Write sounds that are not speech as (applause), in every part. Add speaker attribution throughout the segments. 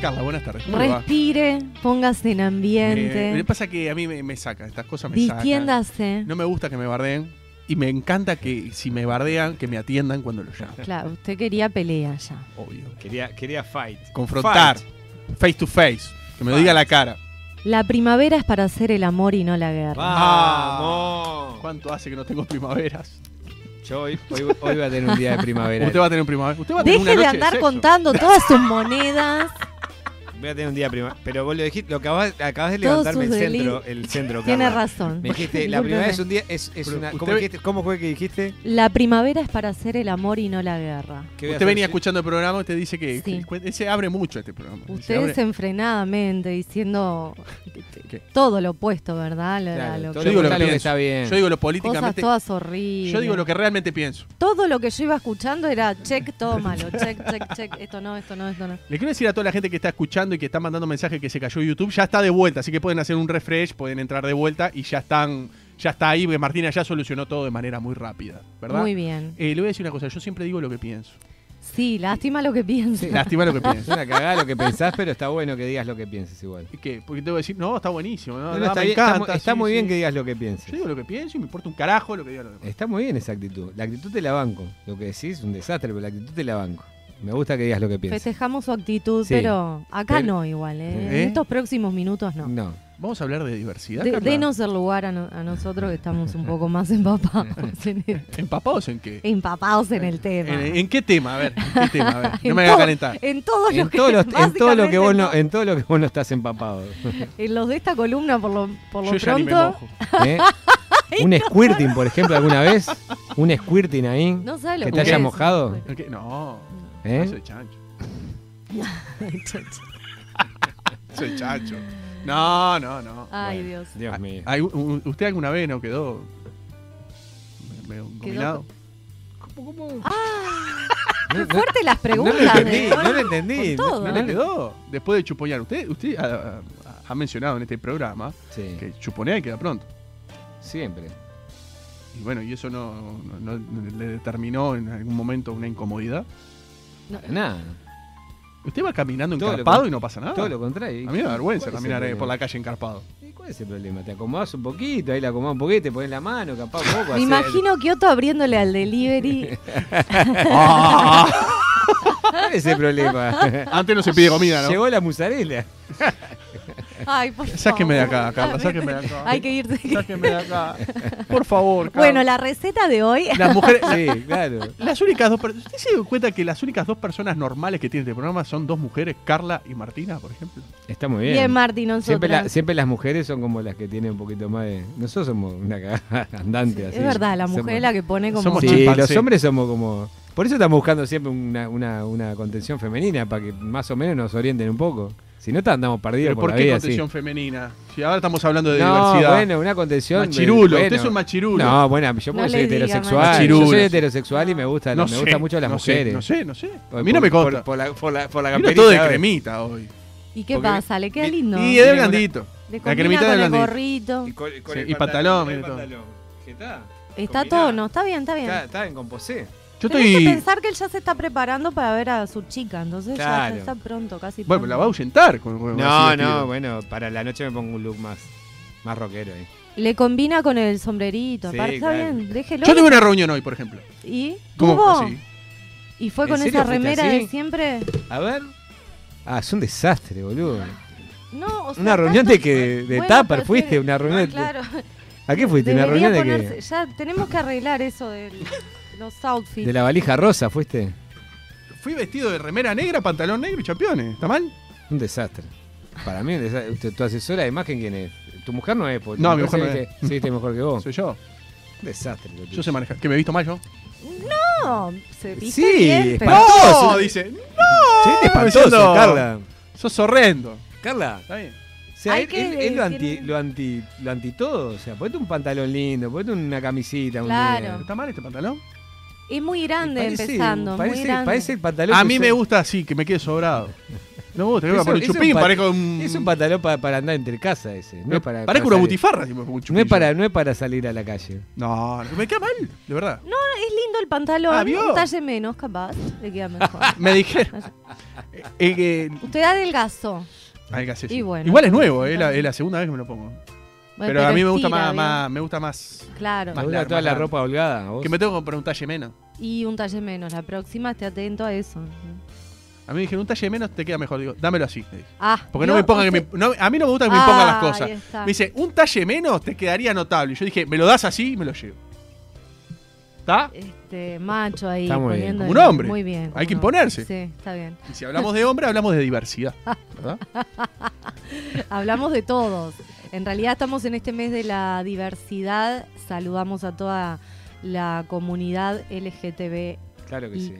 Speaker 1: Carla, buenas tardes. ¿Cómo le va?
Speaker 2: Respire, póngase en
Speaker 1: Eh,
Speaker 2: ambiente,
Speaker 1: me pasa que a mí me, me saca, estas cosas me sacan.
Speaker 2: distiéndase.
Speaker 1: No me gusta que me bardeen y me encanta que si me bardean, que me atiendan cuando lo llamo.
Speaker 2: Claro, usted quería pelea ya.
Speaker 1: Obvio.
Speaker 3: Quería, quería fight.
Speaker 1: Confrontar,
Speaker 3: Fight.
Speaker 1: face to face, que me lo diga a la cara.
Speaker 2: La primavera es para hacer el amor y no la guerra.
Speaker 3: Vamos.
Speaker 1: ¿Cuánto hace que no tengo primaveras?
Speaker 3: Yo hoy, hoy, hoy voy a tener un día de primavera.
Speaker 1: Usted va a tener un primavera. Usted va a tener una
Speaker 2: Deje de
Speaker 1: noche
Speaker 2: andar
Speaker 1: sexo. (laughs)
Speaker 2: contando todas sus monedas.
Speaker 3: Voy a tener un día de primavera. Pero vos lo dijiste, lo acabas, acabas de
Speaker 2: Todos
Speaker 3: levantarme el
Speaker 2: sus
Speaker 3: centro, el centro,
Speaker 2: Tiene
Speaker 3: Carla.
Speaker 2: razón.
Speaker 3: Me dijiste, la
Speaker 2: Discúlpeme.
Speaker 3: primavera es un día, es, es
Speaker 1: Pero
Speaker 3: una. ¿cómo,
Speaker 1: usted-
Speaker 3: dijiste? ¿Cómo fue que dijiste?
Speaker 2: La primavera es para hacer el amor y no la guerra.
Speaker 3: ¿Qué voy
Speaker 1: Usted
Speaker 3: a hacer?
Speaker 1: venía escuchando el programa y te dice que,
Speaker 2: Sí.
Speaker 1: que cu- se abre mucho este programa. Se
Speaker 2: Usted
Speaker 1: abre-
Speaker 2: desenfrenadamente diciendo
Speaker 1: (laughs) ¿Qué?
Speaker 2: todo lo opuesto, ¿verdad? Lo-
Speaker 3: Claro,
Speaker 2: lo que-
Speaker 3: todo
Speaker 1: yo digo lo que
Speaker 3: Contalo que
Speaker 1: pienso.
Speaker 3: está bien.
Speaker 1: Yo digo lo
Speaker 2: cosas
Speaker 1: políticamente.
Speaker 2: todas horribles.
Speaker 1: Yo digo lo que realmente pienso.
Speaker 2: Todo lo que yo iba escuchando era check, tómalo, check, check, check. Esto no, esto no, esto no.
Speaker 1: Le quiero decir a toda la gente que está escuchando y que está mandando mensajes que se cayó YouTube, ya está de vuelta, así que pueden hacer un refresh, pueden entrar de vuelta y ya están, ya está ahí, porque Martina ya solucionó todo de manera muy rápida, ¿verdad?
Speaker 2: Muy bien.
Speaker 1: Eh, le voy a decir una cosa, yo siempre digo lo que pienso.
Speaker 2: Sí, lástima lo que piensa.
Speaker 1: Lástima lo que
Speaker 3: Es (laughs)
Speaker 1: pienso.
Speaker 3: una cagada lo que pensás, pero está bueno que digas lo que pienses igual.
Speaker 1: ¿Y ¿Qué? Porque tengo que decir, no, está buenísimo, no,
Speaker 3: No, no,
Speaker 1: no,
Speaker 3: está
Speaker 1: me
Speaker 3: bien, está
Speaker 1: encanta.
Speaker 3: mu- está
Speaker 1: sí,
Speaker 3: muy bien
Speaker 1: sí.
Speaker 3: que Eh, digas lo que
Speaker 1: Yo
Speaker 3: pienses.
Speaker 1: digo lo que pienso y me importa un carajo lo que digan los demás.
Speaker 3: Está muy bien esa actitud. La actitud te la banco. Lo que decís es un desastre, pero la actitud te la banco. Me gusta que digas lo que piensas.
Speaker 2: Festejamos su actitud,
Speaker 3: Sí.
Speaker 2: pero acá
Speaker 3: Pero-
Speaker 2: no igual, ¿eh?
Speaker 1: ¿Eh?
Speaker 2: En estos próximos minutos no.
Speaker 3: No.
Speaker 1: Vamos a hablar de diversidad.
Speaker 2: De-
Speaker 1: Carla?
Speaker 2: denos el lugar a, no- a nosotros que estamos un poco más empapados en, el-
Speaker 1: ¿Empapados en
Speaker 3: Eh,
Speaker 1: qué?
Speaker 2: empapados en el tema.
Speaker 1: ¿En, en qué tema? A ver, ¿en qué tema? A
Speaker 3: (laughs)
Speaker 1: ver, no
Speaker 2: En
Speaker 1: me haga
Speaker 2: todo-
Speaker 3: Eh,
Speaker 1: calentar.
Speaker 2: En (laughs) todos
Speaker 3: En
Speaker 2: los que-
Speaker 3: todo, lo, en todo lo que vos no,
Speaker 2: básicamente
Speaker 3: en todo lo que vos no
Speaker 2: (laughs)
Speaker 3: estás empapado.
Speaker 2: no. En los de esta columna, por lo, por lo
Speaker 1: Yo ya ni me
Speaker 2: pronto,
Speaker 1: mojo.
Speaker 3: ¿Eh? Un squirting, por ejemplo, alguna vez. Un squirting ahí.
Speaker 2: no sabe lo
Speaker 3: ¿Que
Speaker 2: que
Speaker 3: te haya
Speaker 2: es. (laughs)
Speaker 3: mojado?
Speaker 1: ¿En qué? No,
Speaker 3: ¿Eh?
Speaker 1: no soy chancho. Soy chancho. No, no, no.
Speaker 2: Ay,
Speaker 3: Bueno,
Speaker 2: Dios.
Speaker 3: Dios mío.
Speaker 1: Ay, u- u- ¿Usted alguna vez no quedó medio combinado?
Speaker 2: Ah, Qué fuerte las
Speaker 3: No
Speaker 2: preguntas.
Speaker 3: lo entendí,
Speaker 2: ¿eh?
Speaker 3: no lo entendí.
Speaker 2: Con todo. ¿eh?
Speaker 1: ¿No le quedó? Después de chuponear. Usted, usted ha, ha- ha mencionado en este programa
Speaker 3: Sí,
Speaker 1: que chuponear queda pronto.
Speaker 3: siempre.
Speaker 1: Y bueno, ¿y eso no, no- no- no le determinó en algún momento una incomodidad?
Speaker 3: Nada.
Speaker 1: Usted va caminando
Speaker 3: Todo lo
Speaker 1: encarpado
Speaker 3: con-
Speaker 1: y no pasa nada.
Speaker 3: Todo lo contrario.
Speaker 1: Ah, A mí me da vergüenza
Speaker 3: ¿Cuál es el
Speaker 1: caminar eh, por la
Speaker 3: problema?
Speaker 1: calle encarpado.
Speaker 3: (laughs) ¿Y ¿Cuál es el problema? Te acomodás un poquito, ahí la acomodás un poquito, te pones la mano, capaz un poco.
Speaker 2: Me
Speaker 3: haces-
Speaker 2: imagino Kioto abriéndole al delivery.
Speaker 3: (laughs) ¿Cuál es el problema?
Speaker 1: Ah, Antes no se pide comida, ¿no?
Speaker 3: Llegó la
Speaker 2: (laughs)
Speaker 3: musarela.
Speaker 2: Ay,
Speaker 3: (laughs)
Speaker 2: por favor.
Speaker 1: Sáqueme de acá, Carla, sáqueme de acá.
Speaker 2: Hay que irse.
Speaker 1: Sáqueme de
Speaker 3: (laughs)
Speaker 1: acá. Por favor, Carla.
Speaker 2: Bueno, la receta de hoy.
Speaker 1: Las mujeres.
Speaker 3: Sí, claro.
Speaker 1: Las únicas dos personas. ¿Usted se dio cuenta que las únicas dos personas normales que tiene este programa son dos mujeres, Carla y Martina, por ejemplo?
Speaker 3: Está muy bien.
Speaker 2: Bien, Martín, nosotros.
Speaker 3: Siempre, la- siempre las mujeres son como las que tienen un poquito más de. Nosotros somos una cagada (laughs) andante así.
Speaker 2: Es verdad, la mujer
Speaker 3: Somos-
Speaker 2: es la que pone como.
Speaker 1: Somos
Speaker 3: Sí,
Speaker 1: chimpancés.
Speaker 3: los hombres somos como. Por eso estamos buscando siempre una, una, una contención femenina, para que más o menos nos orienten un poco. Si no, ta- andamos perdidos.
Speaker 1: Pero
Speaker 3: por,
Speaker 1: ¿por
Speaker 3: la
Speaker 1: qué
Speaker 3: vida,
Speaker 1: contención
Speaker 3: sí.
Speaker 1: femenina? Si ahora estamos hablando de
Speaker 3: No,
Speaker 1: diversidad.
Speaker 3: bueno, una contención. de-
Speaker 1: machirulo, usted
Speaker 3: bueno.
Speaker 1: es un machirulo.
Speaker 3: No, bueno, yo porque
Speaker 2: No
Speaker 3: soy
Speaker 2: le diga,
Speaker 3: heterosexual.
Speaker 1: Manuel.
Speaker 3: Yo soy
Speaker 1: Machirulo.
Speaker 3: heterosexual y me gusta,
Speaker 1: No
Speaker 3: me
Speaker 1: sé,
Speaker 3: gustan mucho las
Speaker 1: no sé,
Speaker 3: mujeres.
Speaker 1: no sé, no sé.
Speaker 3: Por-
Speaker 1: A mí no me
Speaker 3: por-
Speaker 1: consta.
Speaker 3: Por, por la, por la, por la
Speaker 1: Vino
Speaker 3: camperita,
Speaker 1: todo de
Speaker 3: ¿ves?
Speaker 1: cremita hoy.
Speaker 2: ¿Y qué
Speaker 3: Porque-
Speaker 2: pasa? Le queda lindo.
Speaker 1: Y es de
Speaker 3: Tiene una-
Speaker 1: blandito.
Speaker 2: Le
Speaker 1: La
Speaker 2: combina
Speaker 1: cremita
Speaker 2: con
Speaker 1: de
Speaker 2: el
Speaker 1: blandito.
Speaker 2: gorrito.
Speaker 3: con- con
Speaker 1: Sí,
Speaker 3: el
Speaker 1: y pantalón,
Speaker 3: con el
Speaker 1: y todo.
Speaker 3: pantalón. ¿Qué está?
Speaker 2: Está
Speaker 3: Combinado.
Speaker 2: todo, ¿no? Está bien, está bien.
Speaker 3: Está, está en composé.
Speaker 1: Yo
Speaker 2: Tenés que
Speaker 1: estoy.
Speaker 2: pensar que él ya se está preparando para ver a su chica, entonces ya-
Speaker 3: Claro.
Speaker 2: ya está pronto, casi
Speaker 1: Bueno,
Speaker 2: pronto.
Speaker 1: pero la va a ahuyentar con, con-
Speaker 3: No,
Speaker 1: así
Speaker 3: no,
Speaker 1: vestido.
Speaker 3: bueno, para la noche me pongo un look más, más rockero ahí.
Speaker 2: Le combina con el sombrerito,
Speaker 3: Sí,
Speaker 2: aparte, está
Speaker 3: claro.
Speaker 2: bien, déjelo.
Speaker 1: Yo tuve una reunión hoy, por ejemplo.
Speaker 2: ¿Y?
Speaker 1: ¿Cómo?
Speaker 2: ¿Tuvo?
Speaker 1: Así.
Speaker 2: ¿Y fue
Speaker 3: ¿En
Speaker 2: con
Speaker 3: serio
Speaker 2: esa
Speaker 3: fuiste
Speaker 2: remera
Speaker 3: así?
Speaker 2: de siempre?
Speaker 3: A ver. Ah, es un desastre, boludo.
Speaker 2: No, o sea,
Speaker 3: Una reunión
Speaker 2: tanto-
Speaker 3: de que de
Speaker 2: Bueno,
Speaker 3: tupper
Speaker 2: pero
Speaker 3: fuiste,
Speaker 2: tiene-
Speaker 3: una reunión.
Speaker 2: Ah,
Speaker 3: de-
Speaker 2: claro.
Speaker 3: ¿A
Speaker 1: (laughs)
Speaker 3: qué
Speaker 1: Pues,
Speaker 3: fuiste? Una
Speaker 2: Debería
Speaker 3: reunión de
Speaker 2: ponerse,
Speaker 3: que
Speaker 2: ya tenemos que arreglar eso de los outfits.
Speaker 3: de la valija rosa fuiste.
Speaker 1: Fui vestido de remera negra, pantalón negro y championes. ¿Está mal?
Speaker 3: Un desastre. Para mí, un desastre. Usted- tu asesora de imagen, ¿quién es? Tu mujer no es, porque
Speaker 1: No,
Speaker 3: tu
Speaker 1: mi mujer
Speaker 3: se
Speaker 1: no
Speaker 3: viste- se viste mejor que vos.
Speaker 1: Soy yo.
Speaker 3: Un desastre. ¡Oh! lo tuyo.
Speaker 1: Yo sé manejar. ¿Que me he visto mal yo?
Speaker 2: No, se viste
Speaker 3: Sí,
Speaker 2: bien, pero...
Speaker 3: espantoso.
Speaker 1: ¡No! Dice. ¡No!
Speaker 3: Sí, te espantoso,
Speaker 1: Diciendo,
Speaker 3: Carla.
Speaker 1: Sos horrendo.
Speaker 3: Carla.
Speaker 1: Está bien.
Speaker 3: O sea,
Speaker 2: Hay
Speaker 3: él,
Speaker 2: que
Speaker 3: él- él lo, anti,
Speaker 2: decir-
Speaker 3: lo, anti, lo anti todo. O sea, ponete un pantalón lindo, ponete una camisita. un-
Speaker 2: Claro.
Speaker 1: ¿Está mal este pantalón?
Speaker 2: Es muy grande
Speaker 3: Parece-
Speaker 2: empezando,
Speaker 3: Parece,
Speaker 2: muy grande.
Speaker 3: parece el pantalón.
Speaker 1: A
Speaker 3: que
Speaker 1: mí
Speaker 3: usa-
Speaker 1: me gusta así, que me quede sobrado. No me gusta, que me
Speaker 3: Eso-
Speaker 1: voy a poner un
Speaker 3: es un
Speaker 1: chupín,
Speaker 3: pat-
Speaker 1: parezco un.
Speaker 3: Es un pantalón pa- para andar entre casa ese. No es para,
Speaker 1: parezco
Speaker 3: para
Speaker 1: una
Speaker 3: salir-
Speaker 1: butifarra si me pongo un chupín.
Speaker 3: No es, para,
Speaker 1: yo.
Speaker 3: no es para salir a la calle.
Speaker 1: No, no, me queda mal, de verdad.
Speaker 2: No, es lindo el pantalón,
Speaker 1: Ah, ¿vio?
Speaker 2: un talle menos, capaz, le
Speaker 1: (laughs)
Speaker 2: queda mejor.
Speaker 1: Me dijeron. eh, que-
Speaker 2: Usted adelgazó.
Speaker 1: ay, casi sí.
Speaker 2: Y bueno.
Speaker 1: Igual es nuevo, eh, la- es la segunda vez que me lo pongo.
Speaker 2: Bueno,
Speaker 1: pero, a mí me gusta
Speaker 2: estira,
Speaker 1: más,
Speaker 2: digamos.
Speaker 1: más- me gusta más
Speaker 2: Claro.
Speaker 3: Me
Speaker 1: más
Speaker 3: gusta
Speaker 1: larga,
Speaker 3: toda
Speaker 1: más
Speaker 3: la
Speaker 1: larga.
Speaker 3: ropa holgada. ¿vos?
Speaker 1: que me tengo que comprar un talle menos.
Speaker 2: Y un talle menos. La próxima, esté atento a eso.
Speaker 1: A mí me dijeron un talle menos te queda mejor, digo, dámelo así. me dije.
Speaker 2: Ah,
Speaker 1: Porque no, me pongan que
Speaker 2: usted-
Speaker 1: me- no, a mí no me gusta que me impongan las
Speaker 2: Ah,
Speaker 1: cosas.
Speaker 2: ahí está.
Speaker 1: Me dice, un talle menos te quedaría notable. Y yo dije, me lo das así y me lo llevo. ¿Está?
Speaker 2: Este, macho ahí.
Speaker 3: Está muy bien.
Speaker 2: poniendo
Speaker 1: Como un
Speaker 2: el-
Speaker 1: hombre.
Speaker 2: Muy bien.
Speaker 1: Hay
Speaker 2: como
Speaker 1: que
Speaker 2: un-
Speaker 1: imponerse.
Speaker 2: Sí, está bien.
Speaker 1: Y si hablamos de hombre, hablamos de diversidad.
Speaker 3: (laughs)
Speaker 1: ¿Verdad?
Speaker 2: Hablamos de todos. En realidad estamos en este mes de la diversidad. Saludamos a toda la comunidad LGTBIQ
Speaker 3: Claro que sí.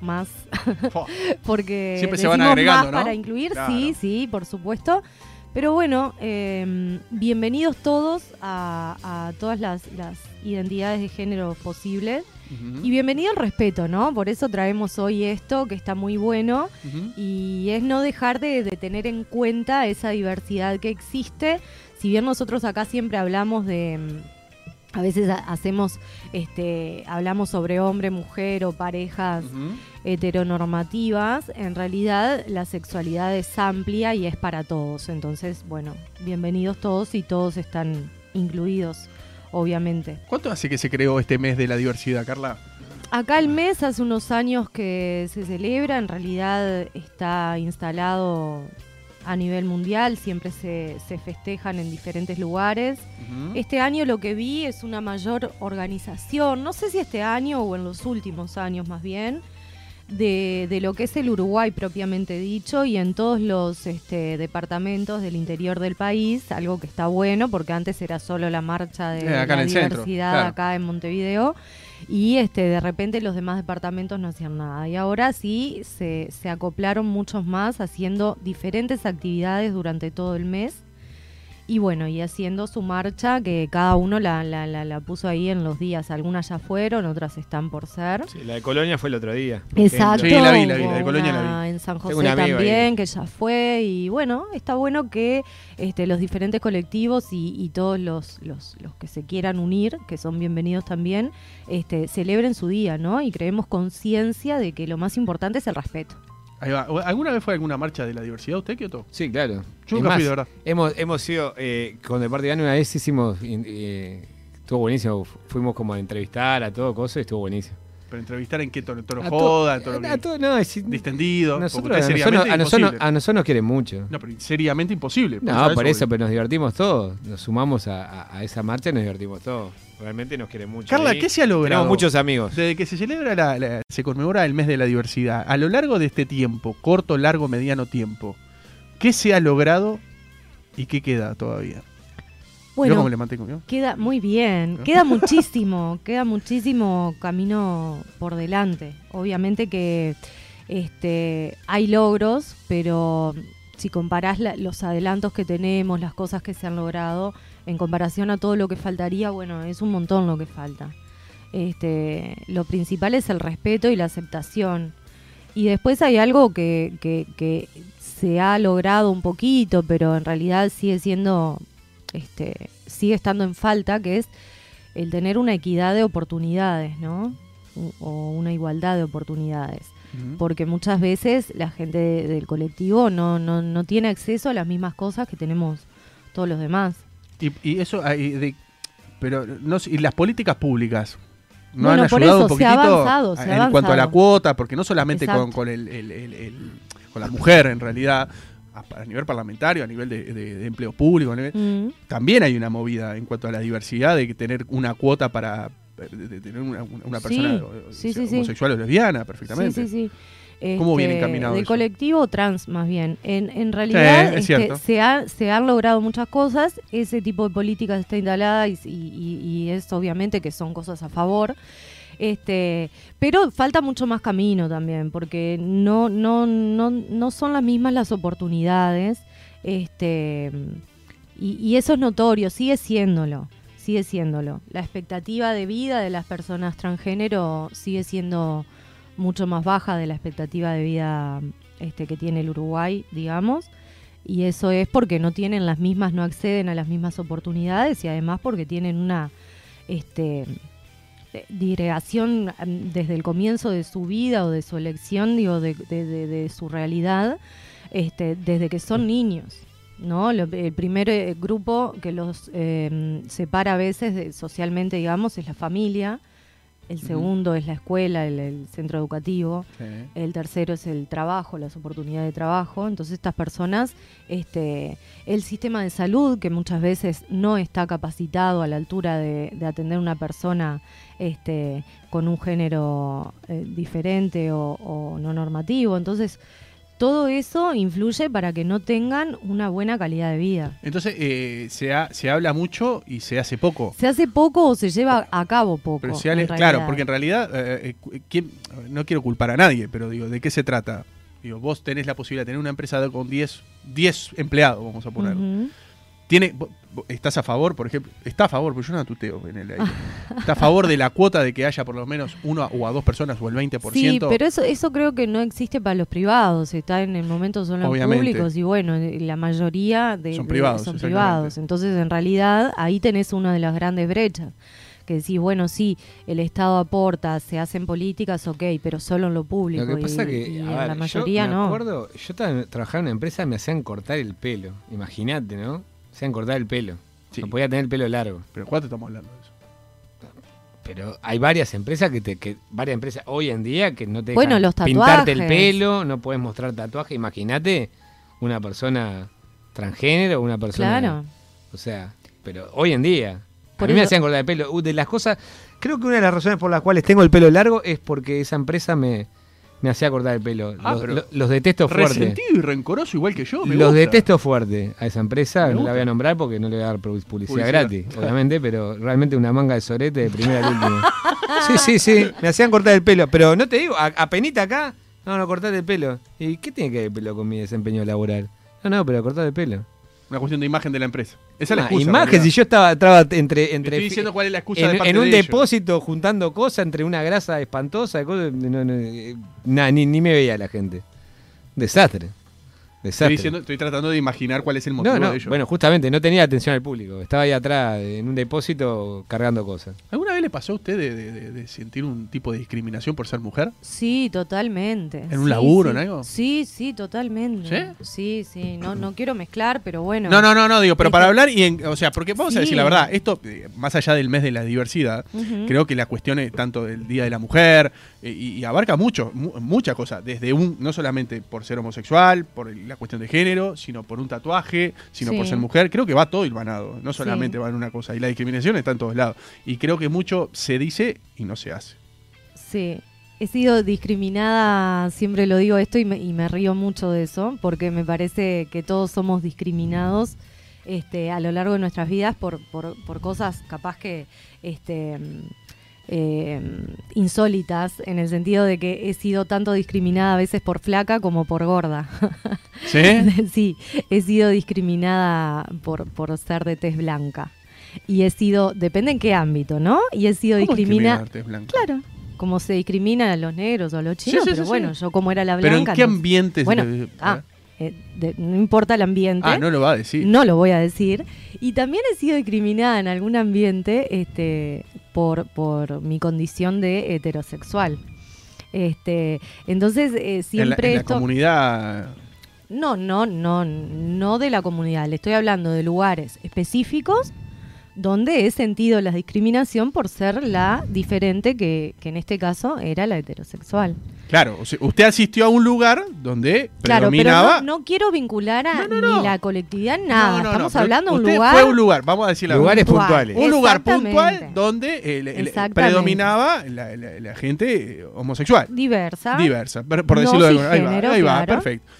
Speaker 2: más. (laughs)
Speaker 1: Fua.
Speaker 2: Porque
Speaker 1: Siempre se van
Speaker 2: decimos
Speaker 1: agregando,
Speaker 2: más
Speaker 1: ¿no?
Speaker 2: para incluir,
Speaker 1: Claro.
Speaker 2: sí, sí, por supuesto. Pero bueno, eh, bienvenidos todos a, a todas las, las identidades de género posibles.
Speaker 1: Ujú,
Speaker 2: Y bienvenido el respeto, ¿no? Por eso traemos hoy esto, que está muy bueno.
Speaker 1: ujú.
Speaker 2: Y es no dejar de, de tener en cuenta esa diversidad que existe. Si bien nosotros acá siempre hablamos de. mm, A veces ha- hacemos, este, hablamos sobre hombre, mujer o parejas
Speaker 1: Ujú.
Speaker 2: heteronormativas, en realidad la sexualidad es amplia y es para todos. Entonces, bueno, bienvenidos todos y todos están incluidos, obviamente.
Speaker 1: ¿Cuánto hace que se creó este mes de la diversidad, Carla?
Speaker 2: Acá el mes hace unos años que se celebra, en realidad está instalado a nivel mundial, siempre se, se festejan en diferentes lugares.
Speaker 1: Ujú.
Speaker 2: Este año lo que vi es una mayor organización, no sé si este año o en los últimos años más bien, de, de lo que es el Uruguay propiamente dicho y en todos los este, departamentos del interior del país, algo que está bueno porque antes era solo la marcha de
Speaker 1: Eh, acá en
Speaker 2: la
Speaker 1: el
Speaker 2: diversidad
Speaker 1: centro, claro.
Speaker 2: acá en Montevideo y este, de repente los demás departamentos no hacían nada y ahora sí se, se acoplaron muchos más haciendo diferentes actividades durante todo el mes. Y bueno, y haciendo su marcha, que cada uno la, la, la, la puso ahí en los días. Algunas ya fueron, otras están por ser.
Speaker 3: Sí, la de Colonia fue el otro día.
Speaker 2: Exacto.
Speaker 1: Sí, la vi, la vi, la de
Speaker 2: hubo
Speaker 1: Colonia la
Speaker 2: una En San
Speaker 3: Tengo
Speaker 2: José
Speaker 3: un amigo
Speaker 2: también,
Speaker 3: ahí.
Speaker 2: que ya fue. Y bueno, está bueno que este, los diferentes colectivos y, y todos los, los, los que se quieran unir, que son bienvenidos también, este, celebren su día, ¿no? Y creemos conciencia de que lo más importante es el respeto.
Speaker 1: Ahí va. ¿Alguna vez fue a alguna marcha de la diversidad usted, Kioto?
Speaker 3: Sí, claro.
Speaker 1: Yo
Speaker 3: Es
Speaker 1: nunca
Speaker 3: más,
Speaker 1: fui, de verdad.
Speaker 3: Hemos, hemos sido, eh, con el partido una vez hicimos, in- eh, estuvo buenísimo, fu- fuimos como a entrevistar a todo cosa y estuvo buenísimo.
Speaker 1: Pero entrevistar en qué tono, en tono
Speaker 3: A to-
Speaker 1: joda, en tono
Speaker 3: a
Speaker 1: que-
Speaker 3: todo- no, es-
Speaker 1: distendido.
Speaker 3: nosotros,
Speaker 1: porque
Speaker 3: a,
Speaker 1: usted
Speaker 3: nosotros, no-
Speaker 1: seriamente
Speaker 3: a, nosotros,
Speaker 1: imposible.
Speaker 3: no- a nosotros nos quieren mucho.
Speaker 1: No, pero seriamente imposible. Pues,
Speaker 3: No,
Speaker 1: ¿sabes?
Speaker 3: por eso,
Speaker 1: Obvio.
Speaker 3: pero nos divertimos todos. Nos sumamos a, a- a esa marcha y nos divertimos todos. Realmente nos quieren mucho.
Speaker 1: Carla,
Speaker 3: Ahí
Speaker 1: ¿qué se ha logrado?
Speaker 3: Tenemos muchos amigos.
Speaker 1: Desde que se celebra la, la- se conmemora el mes de la diversidad, a lo largo de este tiempo, corto, largo, mediano tiempo, ¿qué se ha logrado y qué queda todavía? Yo
Speaker 2: Bueno,
Speaker 1: cómo le mantengo yo?
Speaker 2: Queda muy bien,
Speaker 1: ¿No?
Speaker 2: queda muchísimo, queda muchísimo camino por delante. Obviamente que este, hay logros, pero si comparás la- los adelantos que tenemos, las cosas que se han logrado, en comparación a todo lo que faltaría, bueno, es un montón lo que falta. Este, lo principal es el respeto y la aceptación. Y después hay algo que, que- que se ha logrado un poquito, pero en realidad sigue siendo, este, sigue estando en falta, que es el tener una equidad de oportunidades, ¿no? U- O una igualdad de oportunidades.
Speaker 1: Ujú.
Speaker 2: Porque muchas veces la gente de- del colectivo no, no, no tiene acceso a las mismas cosas que tenemos todos los demás.
Speaker 1: Y, y eso, ah, y de- pero no sé, y las políticas públicas. ¿No
Speaker 2: Bueno,
Speaker 1: han
Speaker 2: por
Speaker 1: ayudado
Speaker 2: eso,
Speaker 1: un
Speaker 2: se ha
Speaker 1: poquitito
Speaker 2: avanzado, se ha
Speaker 1: en cuanto a la
Speaker 2: avanzado.
Speaker 1: cuota? Porque no solamente con,
Speaker 2: Exacto.
Speaker 1: con, el, el- el- el- con la mujer, en realidad, a, a nivel parlamentario, a nivel de, de- de empleo público, a nivel-
Speaker 2: Mm.
Speaker 1: también hay una movida en cuanto a la diversidad de que tener una cuota para de- de tener una, una- una
Speaker 2: Sí,
Speaker 1: persona o- o
Speaker 2: sí,
Speaker 1: sea,
Speaker 2: sí, sí.
Speaker 1: homosexual o lesbiana perfectamente.
Speaker 2: Sí, sí, sí.
Speaker 1: ¿Cómo viene
Speaker 2: Este,
Speaker 1: encaminado
Speaker 2: Del
Speaker 1: eso?
Speaker 2: colectivo trans, más bien. En, en realidad
Speaker 1: es
Speaker 2: este,
Speaker 1: cierto.
Speaker 2: se, ha- se han logrado muchas cosas. Ese tipo de políticas está instalada y, y- y- y es obviamente que son cosas a favor. Este, pero falta mucho más camino también, porque no, no, no, no son las mismas las oportunidades. Este, y, y eso es notorio, sigue siéndolo, sigue siéndolo. La expectativa de vida de las personas transgénero sigue siendo mucho más baja de la expectativa de vida este, que tiene el Uruguay, digamos. Y eso es porque no tienen las mismas, no acceden a las mismas oportunidades y además porque tienen una este, eh, digregación mm, desde el comienzo de su vida o de su elección, digo, de, de- de- de su realidad, este, desde que son niños. ¿no? Lo- el primer eh, grupo que los eh, separa a veces de- socialmente, digamos, es la familia. El
Speaker 1: Ujú.
Speaker 2: segundo es la escuela, el- el centro educativo.
Speaker 1: Sí.
Speaker 2: El tercero es el trabajo, las oportunidades de trabajo. Entonces estas personas, este, el sistema de salud que muchas veces no está capacitado a la altura de, de atender una persona este, con un género eh, diferente o, o no normativo. Entonces todo eso influye para que no tengan una buena calidad de vida.
Speaker 1: Entonces, eh, se, ha- se habla mucho y se hace poco.
Speaker 2: Se hace poco o se lleva a cabo poco.
Speaker 1: Pero se
Speaker 2: en
Speaker 1: ale- claro,
Speaker 2: realidad.
Speaker 1: porque en realidad, eh, eh, cu- ¿quién- no quiero culpar a nadie, pero digo, ¿de qué se trata? Digo, vos tenés la posibilidad de tener una empresa de- con 10, 10 empleados, vamos a ponerlo.
Speaker 2: Ujú.
Speaker 1: Tiene, vo- vo- ¿Estás a favor, por ejemplo? Está a favor, porque yo no tuteo en el aire. ¿Está a favor de la cuota de que haya por lo menos una o a dos personas o el 20%?
Speaker 2: Sí, pero eso, eso creo que no existe para los privados, está en el momento solo en
Speaker 1: Obviamente.
Speaker 2: públicos y bueno, eh, la mayoría de,
Speaker 1: Son
Speaker 2: de-
Speaker 1: privados,
Speaker 2: son
Speaker 1: exactamente.
Speaker 2: privados. Entonces, en realidad, ahí tenés una de las grandes brechas. Que decís, bueno, sí, el Estado aporta, se hacen políticas, ok, pero solo en lo público.
Speaker 3: Lo que
Speaker 2: y-
Speaker 3: pasa que
Speaker 2: y
Speaker 3: a
Speaker 2: en
Speaker 3: ver,
Speaker 2: la
Speaker 3: yo
Speaker 2: mayoría
Speaker 3: me
Speaker 2: no.
Speaker 3: acuerdo, yo tra- trabajaba en una empresa, me hacían cortar el pelo. Imagínate, ¿no? Me hacían cortar el pelo.
Speaker 1: Sí.
Speaker 3: No podía tener el pelo largo.
Speaker 1: ¿Pero cuánto estamos hablando de eso?
Speaker 3: Pero hay varias empresas que te, que varias empresas hoy en día que no te
Speaker 2: Bueno,
Speaker 3: dejan
Speaker 2: los
Speaker 3: pintarte el
Speaker 2: tatuajes.
Speaker 3: pelo, no puedes mostrar tatuaje. Imagínate una persona transgénero, una persona.
Speaker 2: Claro.
Speaker 3: O sea, pero hoy en día.
Speaker 2: Por
Speaker 3: a mí me
Speaker 2: eso-
Speaker 3: hacían cortar el pelo. Uh, de las cosas, creo que una de las razones por las cuales tengo el pelo largo es porque esa empresa me, me hacía cortar el pelo.
Speaker 1: Ah,
Speaker 3: los,
Speaker 1: pero-
Speaker 3: lo- los detesto fuerte.
Speaker 1: Resentido y rencoroso igual que yo. me
Speaker 3: Los
Speaker 1: gusta.
Speaker 3: detesto fuerte a esa empresa,
Speaker 1: Me
Speaker 3: no la voy
Speaker 1: gusta.
Speaker 3: a nombrar porque no le voy a dar public- publicidad,
Speaker 1: Publicidad.
Speaker 3: gratis,
Speaker 1: (laughs)
Speaker 3: obviamente, pero realmente una manga de sorete de primera al último. Sí, sí, sí, me hacían cortar el pelo, pero no te digo, a, a penita acá, no, no, cortate el pelo. ¿Y qué tiene que ver el pelo con mi desempeño laboral? No, no, pero cortate el pelo.
Speaker 1: Una cuestión de imagen de la empresa. Esa es la
Speaker 3: Una
Speaker 1: excusa,
Speaker 3: Ah, imagen,
Speaker 1: en
Speaker 3: si yo estaba, estaba entre...
Speaker 1: realidad.
Speaker 3: entre
Speaker 1: Estoy diciendo cuál es la excusa
Speaker 3: en,
Speaker 1: de parte
Speaker 3: en un
Speaker 1: de ellos.
Speaker 3: depósito juntando cosas entre una grasa espantosa, cosas, no, no, eh, nah, ni, ni me veía la gente. Desastre.
Speaker 1: Estoy,
Speaker 3: Desastre.
Speaker 1: diciendo- estoy tratando de imaginar cuál es el motivo
Speaker 3: No, no,
Speaker 1: de ellos.
Speaker 3: bueno, justamente no tenía atención al público. Estaba ahí atrás en un depósito cargando cosas.
Speaker 1: ¿Alguna vez le pasó a usted de, de- de- de sentir un tipo de discriminación por ser mujer?
Speaker 2: Sí, totalmente.
Speaker 1: ¿En un
Speaker 2: Sí,
Speaker 1: laburo,
Speaker 2: sí.
Speaker 1: en algo?
Speaker 2: Sí, sí, totalmente. Sí, sí, No, no quiero mezclar, pero bueno.
Speaker 1: No, no, no, no, digo, pero
Speaker 2: Es
Speaker 1: para
Speaker 2: que-
Speaker 1: hablar y en- o sea, porque vamos a
Speaker 2: Este Sí.
Speaker 1: decir la verdad, esto, eh, más allá del mes de la diversidad,
Speaker 2: Ujú.
Speaker 1: creo que la cuestión es tanto del Día de la Mujer, eh, y, y abarca mucho, mu- muchas cosas, desde un, no solamente por ser homosexual, por el- la cuestión de género, sino por un tatuaje, sino por
Speaker 2: Sí.
Speaker 1: ser mujer, creo que va todo hilvanado, no
Speaker 2: Sí.
Speaker 1: solamente va en una cosa, y la discriminación está en todos lados, y creo que mucho se dice y no se hace.
Speaker 2: Sí, he sido discriminada, siempre lo digo esto y me, y me río mucho de eso, porque me parece que todos somos discriminados este, a lo largo de nuestras vidas por, por, por cosas capaz que este, mm, eh, insólitas, en el sentido de que he sido tanto discriminada a veces por flaca como por gorda. (laughs)
Speaker 1: ¿Sí?
Speaker 2: Sí, he sido discriminada por, por ser de tez blanca. Y he sido, depende en qué ámbito, ¿no? Y he sido
Speaker 1: ¿Cómo
Speaker 2: discriminada.
Speaker 1: discriminarte, Blanca?
Speaker 2: Claro. Como se discrimina a los negros o a los
Speaker 1: Sí,
Speaker 2: chinos,
Speaker 1: sí,
Speaker 2: pero
Speaker 1: sí,
Speaker 2: bueno,
Speaker 1: sí.
Speaker 2: yo como era la
Speaker 1: Pero ¿en
Speaker 2: blanca.
Speaker 1: qué
Speaker 2: no-
Speaker 1: ambiente? se
Speaker 2: Bueno,
Speaker 1: te-
Speaker 2: ah, eh, de- no importa el ambiente,
Speaker 1: Ah,
Speaker 2: no,
Speaker 1: no lo va a decir.
Speaker 2: lo voy a decir. Y también he sido discriminada en algún ambiente este, por, por mi condición de heterosexual. Este, entonces, eh,
Speaker 1: en la,
Speaker 2: siempre
Speaker 1: en la
Speaker 2: esto.
Speaker 1: comunidad.
Speaker 2: No, no, no, no de la comunidad. Le estoy hablando de lugares específicos donde he sentido la discriminación por ser la diferente que, que en este caso era la heterosexual.
Speaker 1: Claro, o sea, usted asistió a un lugar donde
Speaker 2: Claro, pero
Speaker 1: predominaba.
Speaker 2: no, no quiero vincular
Speaker 1: No,
Speaker 2: a
Speaker 1: no, no.
Speaker 2: ni la colectividad, nada.
Speaker 1: No, no,
Speaker 2: Estamos
Speaker 1: no,
Speaker 2: hablando de un
Speaker 1: usted
Speaker 2: lugar,
Speaker 1: Fue un lugar, vamos a decir la
Speaker 3: Lugares
Speaker 1: verdad.
Speaker 3: puntuales.
Speaker 1: Un lugar
Speaker 2: Exactamente.
Speaker 1: puntual donde eh, le- le-
Speaker 2: Exactamente.
Speaker 1: predominaba la, la- la gente eh, homosexual,
Speaker 2: diversa.
Speaker 1: diversa, per- por
Speaker 2: No
Speaker 1: decirlo de alguna Ahí
Speaker 2: cisgénero,
Speaker 1: va, ahí va,
Speaker 2: claro.
Speaker 1: perfecto.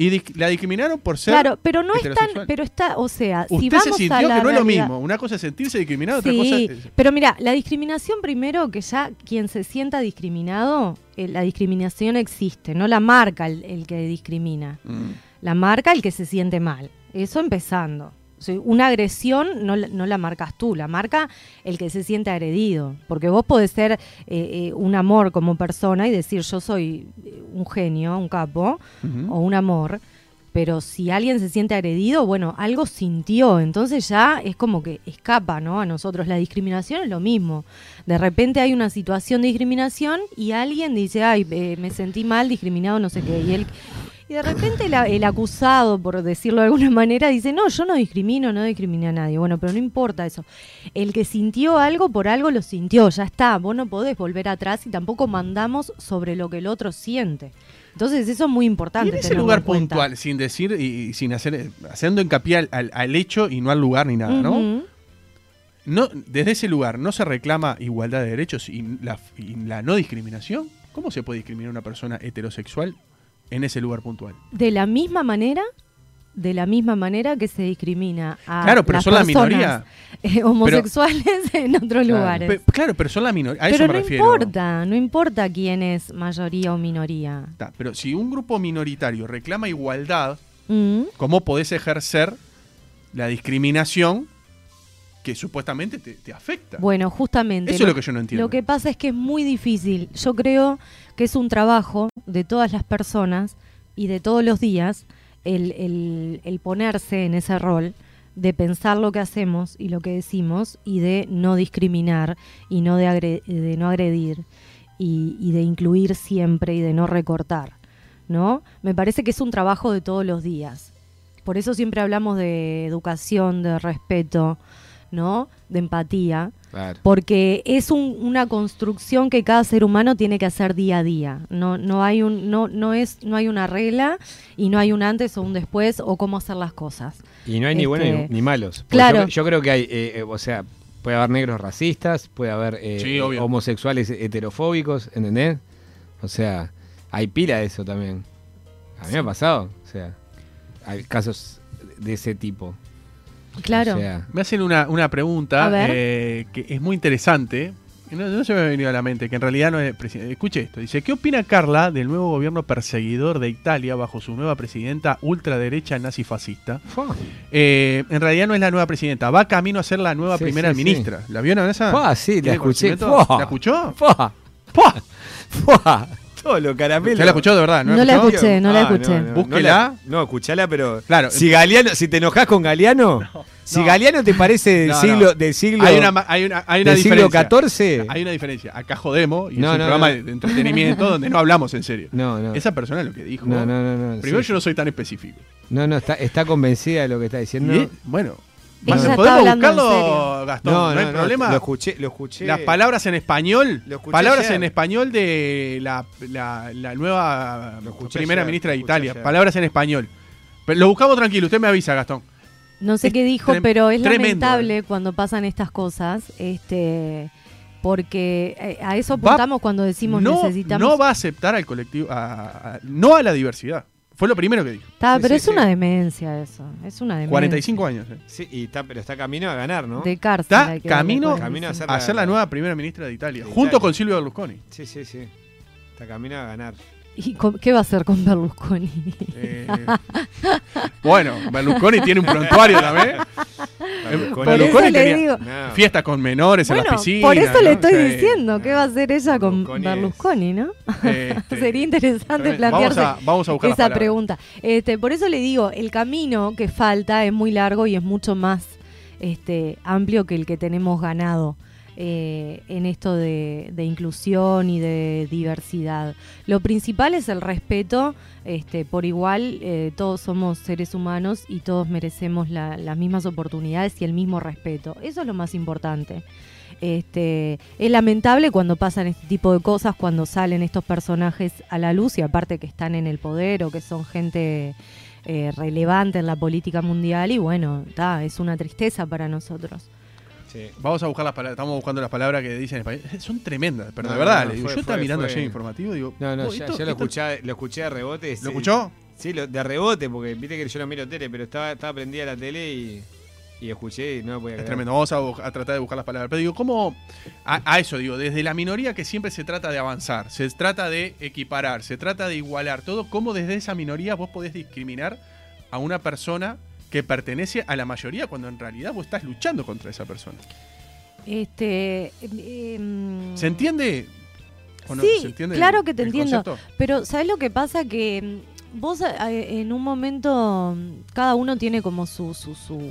Speaker 1: Y dis- la discriminaron por ser.
Speaker 2: Claro, pero no es
Speaker 1: heterosexual.
Speaker 2: tan, pero está, o sea, si
Speaker 1: Usted
Speaker 2: vamos
Speaker 1: se
Speaker 2: a
Speaker 1: sintió que
Speaker 2: la
Speaker 1: no es lo
Speaker 2: realidad-
Speaker 1: mismo. Una cosa es sentirse discriminado, otra cosa
Speaker 2: Sí,
Speaker 1: es.
Speaker 2: pero mira, la discriminación primero, que ya quien se sienta discriminado, eh, la discriminación existe, no la marca el, el que discrimina,
Speaker 1: Mm.
Speaker 2: la marca el que se siente mal. Eso empezando. O sea, una agresión no, la- no la marcas tú, la marca el que se siente agredido, porque vos podés ser eh, eh, un amor como persona y decir yo soy eh, un genio, un capo,
Speaker 1: Mm, Ujú.
Speaker 2: o un amor, Pero si alguien se siente agredido, bueno, algo sintió, entonces ya es como que escapa, ¿no? A nosotros la discriminación es lo mismo. De repente hay una situación de discriminación y alguien dice, ay, eh, me sentí mal, discriminado, no sé qué. Y él y de repente la- el acusado, por decirlo de alguna (laughs) manera, dice, no, yo no discrimino, no discrimina a nadie. Bueno, pero no importa eso. El que sintió algo, por algo lo sintió, ya está. Vos no podés volver atrás y tampoco mandamos sobre lo que el otro siente. Entonces eso es muy
Speaker 1: Y
Speaker 2: importante.
Speaker 1: en ese
Speaker 2: tenerlo
Speaker 1: lugar
Speaker 2: en cuenta.
Speaker 1: puntual, sin decir y, y sin hacer, haciendo hincapié al, al- al hecho y no al lugar ni nada, ¿no?
Speaker 2: Ujú.
Speaker 1: ¿no? Desde ese lugar, ¿no se reclama igualdad de derechos y la, y la no discriminación? ¿Cómo se puede discriminar a una persona heterosexual en ese lugar puntual?
Speaker 2: De la misma manera, de la misma manera que se discrimina a
Speaker 1: Claro, pero
Speaker 2: Ah, las
Speaker 1: son la
Speaker 2: personas,
Speaker 1: minoría.
Speaker 2: eh, homosexuales (laughs) en otros
Speaker 3: Claro,
Speaker 2: lugares.
Speaker 1: Pe- claro, pero son la minoría. A eso
Speaker 2: pero
Speaker 1: me
Speaker 2: no
Speaker 1: refiero.
Speaker 2: importa, no importa quién es mayoría o minoría.
Speaker 1: Ta, pero si un grupo minoritario reclama igualdad,
Speaker 2: Mm.
Speaker 1: ¿cómo podés ejercer la discriminación que supuestamente te, te afecta?
Speaker 2: Bueno, justamente.
Speaker 1: Eso es lo que yo no entiendo.
Speaker 2: Lo que pasa es que es muy difícil. Yo creo que es un trabajo de todas las personas y de todos los días el, el- el ponerse en ese rol de pensar lo que hacemos y lo que decimos y de no discriminar y no de, agre- de no agredir y, y de incluir siempre y de no recortar, ¿no? Me parece que es un trabajo de todos los días. Por eso siempre hablamos de educación, de respeto, ¿no? De empatía
Speaker 3: Claro.
Speaker 2: porque es un- una construcción que cada ser humano tiene que hacer día a día. No, no hay un, no, no es, no hay una regla y no hay un antes o un después o cómo hacer las cosas.
Speaker 3: Y no hay ni
Speaker 2: Este,
Speaker 3: buenos ni, ni malos. Porque
Speaker 2: claro.
Speaker 3: Yo, yo creo que hay, eh, eh, o sea, puede haber negros racistas, puede haber eh,
Speaker 1: Sí,
Speaker 3: eh,
Speaker 1: obvio.
Speaker 3: homosexuales heterofóbicos, ¿entendés? O sea, hay pila de eso también. A mí me ha pasado, o sea, hay casos de ese tipo.
Speaker 2: Claro.
Speaker 3: O sea,
Speaker 1: Me hacen una, una
Speaker 2: A
Speaker 1: pregunta
Speaker 2: ver.
Speaker 1: eh, que es muy interesante. que No, no se me ha venido a la mente, que en realidad no es presidente. Escuche esto. Dice, ¿qué opina Carla del nuevo gobierno perseguidor de Italia bajo su nueva presidenta ultraderecha nazifascista?
Speaker 3: fua,
Speaker 1: Eh, en realidad no es la nueva presidenta, va camino a ser la nueva
Speaker 3: Sí,
Speaker 1: primera
Speaker 3: sí, sí.
Speaker 1: ministra. ¿La vio en esa?
Speaker 3: fua, sí, la
Speaker 1: ¿Tiene
Speaker 3: escuché.
Speaker 1: conocimiento?
Speaker 3: fua,
Speaker 1: ¿La escuchó?
Speaker 3: fua, fua, fua, todo lo caramelo.
Speaker 1: ¿Usted la escuchó de verdad?
Speaker 2: No la escuché, no la escuché.
Speaker 1: Búsquela.
Speaker 3: ah, No, escuchala, pero.
Speaker 1: Claro.
Speaker 3: Si Galeano, si te enojas con Galeano, si
Speaker 1: no.
Speaker 3: Galeano te parece del
Speaker 1: No, no.
Speaker 3: siglo, del siglo,
Speaker 1: Hay una, ma- hay una, hay una
Speaker 3: del siglo
Speaker 1: diferencia.
Speaker 3: XIV.
Speaker 1: Hay una diferencia. Acá jodemos y
Speaker 3: No,
Speaker 1: es un
Speaker 3: no,
Speaker 1: programa
Speaker 3: no.
Speaker 1: de entretenimiento donde no hablamos en serio.
Speaker 3: (laughs) No, no.
Speaker 1: Esa persona lo que dijo.
Speaker 3: No, no, no, no.
Speaker 1: Primero
Speaker 3: sí.
Speaker 1: yo no soy tan específico.
Speaker 3: No, no, está, está convencida de lo que está diciendo.
Speaker 1: Y, eh, bueno,
Speaker 2: Ella
Speaker 1: vas-
Speaker 2: está
Speaker 1: podemos
Speaker 2: hablando en
Speaker 1: buscarlo,
Speaker 2: serio.
Speaker 1: Gastón, no, hay problema.
Speaker 3: Lo escuché, lo escuché.
Speaker 1: Las palabras en español,
Speaker 3: Lo escuché
Speaker 1: palabras
Speaker 3: ayer.
Speaker 1: en español de la, la- la nueva
Speaker 3: Lo escuché
Speaker 1: primera
Speaker 3: ayer,
Speaker 1: ministra de
Speaker 3: lo escuché
Speaker 1: Italia,
Speaker 3: ayer.
Speaker 1: palabras en español. Pero lo buscamos tranquilo, usted me avisa, Gastón.
Speaker 2: No sé
Speaker 1: Es
Speaker 2: qué dijo,
Speaker 1: trem-
Speaker 2: pero es
Speaker 1: tremendo,
Speaker 2: lamentable
Speaker 1: eh.
Speaker 2: cuando pasan estas cosas, este, porque eh, a eso apuntamos cuando decimos
Speaker 1: no,
Speaker 2: necesitamos.
Speaker 1: no va a aceptar al colectivo, a- a- no a la diversidad. Fue lo primero que dijo.
Speaker 2: Está,
Speaker 3: Sí,
Speaker 2: Ah, pero
Speaker 3: sí,
Speaker 2: es
Speaker 3: sí.
Speaker 2: una demencia eso, es una demencia.
Speaker 1: 45 años. eh.
Speaker 3: Sí, y está, pero está camino a ganar, ¿no?
Speaker 2: de cárcel.
Speaker 1: Está
Speaker 2: hay que
Speaker 1: camino-
Speaker 2: darle
Speaker 3: Camino a
Speaker 2: cuenta.
Speaker 1: A ser la nueva primera ministra de Italia,
Speaker 3: De
Speaker 1: junto
Speaker 3: Italia.
Speaker 1: con Silvio Berlusconi.
Speaker 3: Sí, sí, sí. Está camino a
Speaker 1: (laughs)
Speaker 3: ganar.
Speaker 2: ¿Y con- qué va a hacer con Berlusconi?
Speaker 1: Eh, (laughs) bueno, Berlusconi tiene un prontuario también.
Speaker 3: Berlusconi.
Speaker 2: Por eso
Speaker 1: Berlusconi
Speaker 2: le
Speaker 1: tenía-
Speaker 2: digo.
Speaker 3: No.
Speaker 1: Fiestas con menores en
Speaker 2: Bueno,
Speaker 1: la piscina.
Speaker 2: por eso le
Speaker 1: ¿no?
Speaker 2: estoy
Speaker 1: Sí.
Speaker 2: diciendo qué va a hacer ella con
Speaker 3: Berlusconi es-
Speaker 2: Berlusconi, ¿no?
Speaker 1: (laughs) Este,
Speaker 2: (laughs) Sería interesante
Speaker 1: tremendo. Vamos
Speaker 2: plantearse
Speaker 1: a, vamos a buscar las
Speaker 2: esa
Speaker 1: palabras.
Speaker 2: pregunta. Este, por eso le digo, el camino que falta es muy largo y es mucho más este, amplio que el que tenemos ganado eh, en esto de, de inclusión y de diversidad. Lo principal es el respeto, este, por igual eh, todos somos seres humanos y todos merecemos la- las mismas oportunidades y el mismo respeto. Eso es lo más importante. Este, es lamentable cuando pasan este tipo de cosas, cuando salen estos personajes a la luz y aparte que están en el poder o que son gente eh, relevante en la política mundial y bueno, ta, es una tristeza para nosotros.
Speaker 3: Sí.
Speaker 1: Vamos a buscar las palabras, estamos buscando las palabras que dicen en español. Son tremendas, pero
Speaker 3: No,
Speaker 1: de verdad,
Speaker 3: no, no,
Speaker 1: le digo,
Speaker 3: fue-
Speaker 1: yo estaba
Speaker 3: fue-
Speaker 1: mirando
Speaker 3: fue-
Speaker 1: ayer informativo, digo,
Speaker 3: No, no,
Speaker 1: "Oh,
Speaker 3: ya,
Speaker 1: esto-
Speaker 3: ya lo,
Speaker 1: esto-
Speaker 3: escuché, lo escuché de rebote. sí.
Speaker 1: ¿Lo escuchó?
Speaker 3: Sí, lo- de rebote, porque viste que yo no miro tele, pero estaba, estaba prendida la tele y, y escuché y no me
Speaker 1: Es
Speaker 3: podía creer.
Speaker 1: tremendo, vamos a, bu- a tratar de buscar las palabras. Pero digo, ¿cómo? A, a eso digo, desde la minoría que siempre se trata de avanzar, se trata de equiparar, se trata de igualar, todo, ¿cómo desde esa minoría vos podés discriminar a una persona que pertenece a la mayoría cuando en realidad vos estás luchando contra esa persona?
Speaker 2: Este, em,
Speaker 1: ¿Se entiende? o no?
Speaker 2: Sí,
Speaker 1: ¿Se entiende
Speaker 2: claro que te
Speaker 1: el
Speaker 2: entiendo.
Speaker 1: concepto?
Speaker 2: Pero ¿sabes lo que pasa? Que mm, vos eh, en un momento, mm, cada uno tiene como su, su, su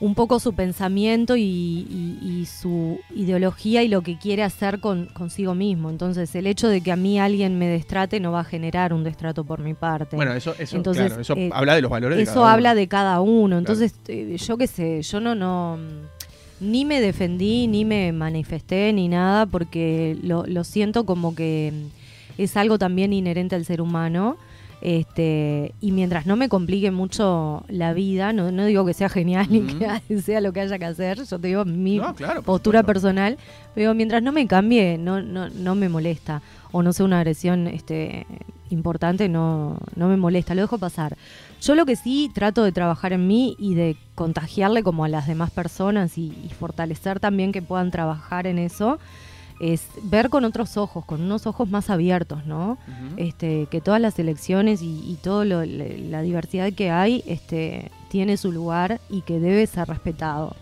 Speaker 2: un poco su pensamiento y, y- y su ideología y lo que quiere hacer con, consigo mismo. Entonces, el hecho de que a mí alguien me destrate no va a generar un destrato por mi parte.
Speaker 1: Bueno, eso, eso,
Speaker 2: Entonces,
Speaker 1: claro, eso
Speaker 2: eh,
Speaker 1: habla de los valores de
Speaker 2: Eso
Speaker 1: cada uno.
Speaker 2: habla de cada uno. Entonces, eh, yo qué sé, yo no, no, ni me defendí, ni me manifesté, ni nada, porque lo, lo siento como que mm, es algo también inherente al ser humano. Este, y mientras no me complique mucho la vida, no, no digo que sea genial ni
Speaker 1: Ujú.
Speaker 2: que (laughs) sea lo que haya que hacer, yo te digo mi
Speaker 1: No, claro, por
Speaker 2: postura
Speaker 1: supuesto.
Speaker 2: personal, pero mientras no me cambie, no, no, no me molesta, o no sea una agresión este, importante, no, no me molesta, lo dejo pasar. Yo lo que sí trato de trabajar en mí y de contagiarle como a las demás personas y, y fortalecer también que puedan trabajar en eso, es ver con otros ojos, con unos ojos más abiertos, ¿no?
Speaker 1: Ujú.
Speaker 2: este, que todas las elecciones y, y toda la diversidad que hay este, tiene su lugar y que debe ser respetado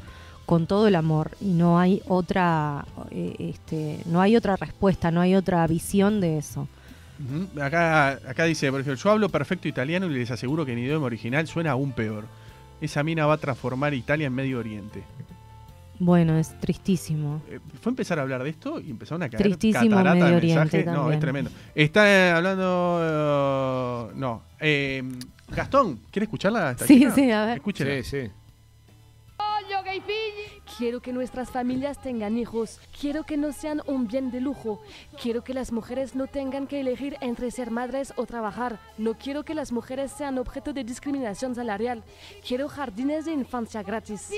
Speaker 2: con todo el amor y no hay otra eh, este, no hay otra respuesta no hay otra visión de eso
Speaker 1: Ujú. Acá, acá dice, por ejemplo, yo hablo perfecto italiano y les aseguro que en idioma original suena aún peor. Esa mina va a transformar Italia en Medio Oriente.
Speaker 2: bueno es tristísimo
Speaker 1: Eh, Fue empezar a hablar de esto y empezaron a caer
Speaker 2: Tristísimo
Speaker 1: catarata de
Speaker 2: Medio Oriente
Speaker 1: mensajes. No, es
Speaker 2: también.
Speaker 1: tremendo. Está eh, hablando... eh, no. Eh, Gastón, ¿quiere escucharla? a esta
Speaker 2: Sí,
Speaker 1: chica?
Speaker 2: sí, a ver.
Speaker 1: Escúchela.
Speaker 3: sí.
Speaker 4: Quiero que nuestras familias tengan hijos. Quiero que no sean un bien de lujo. Quiero que las mujeres no tengan que elegir entre ser madres o trabajar. No quiero que las mujeres sean objeto de discriminación salarial. Quiero jardines de infancia gratis.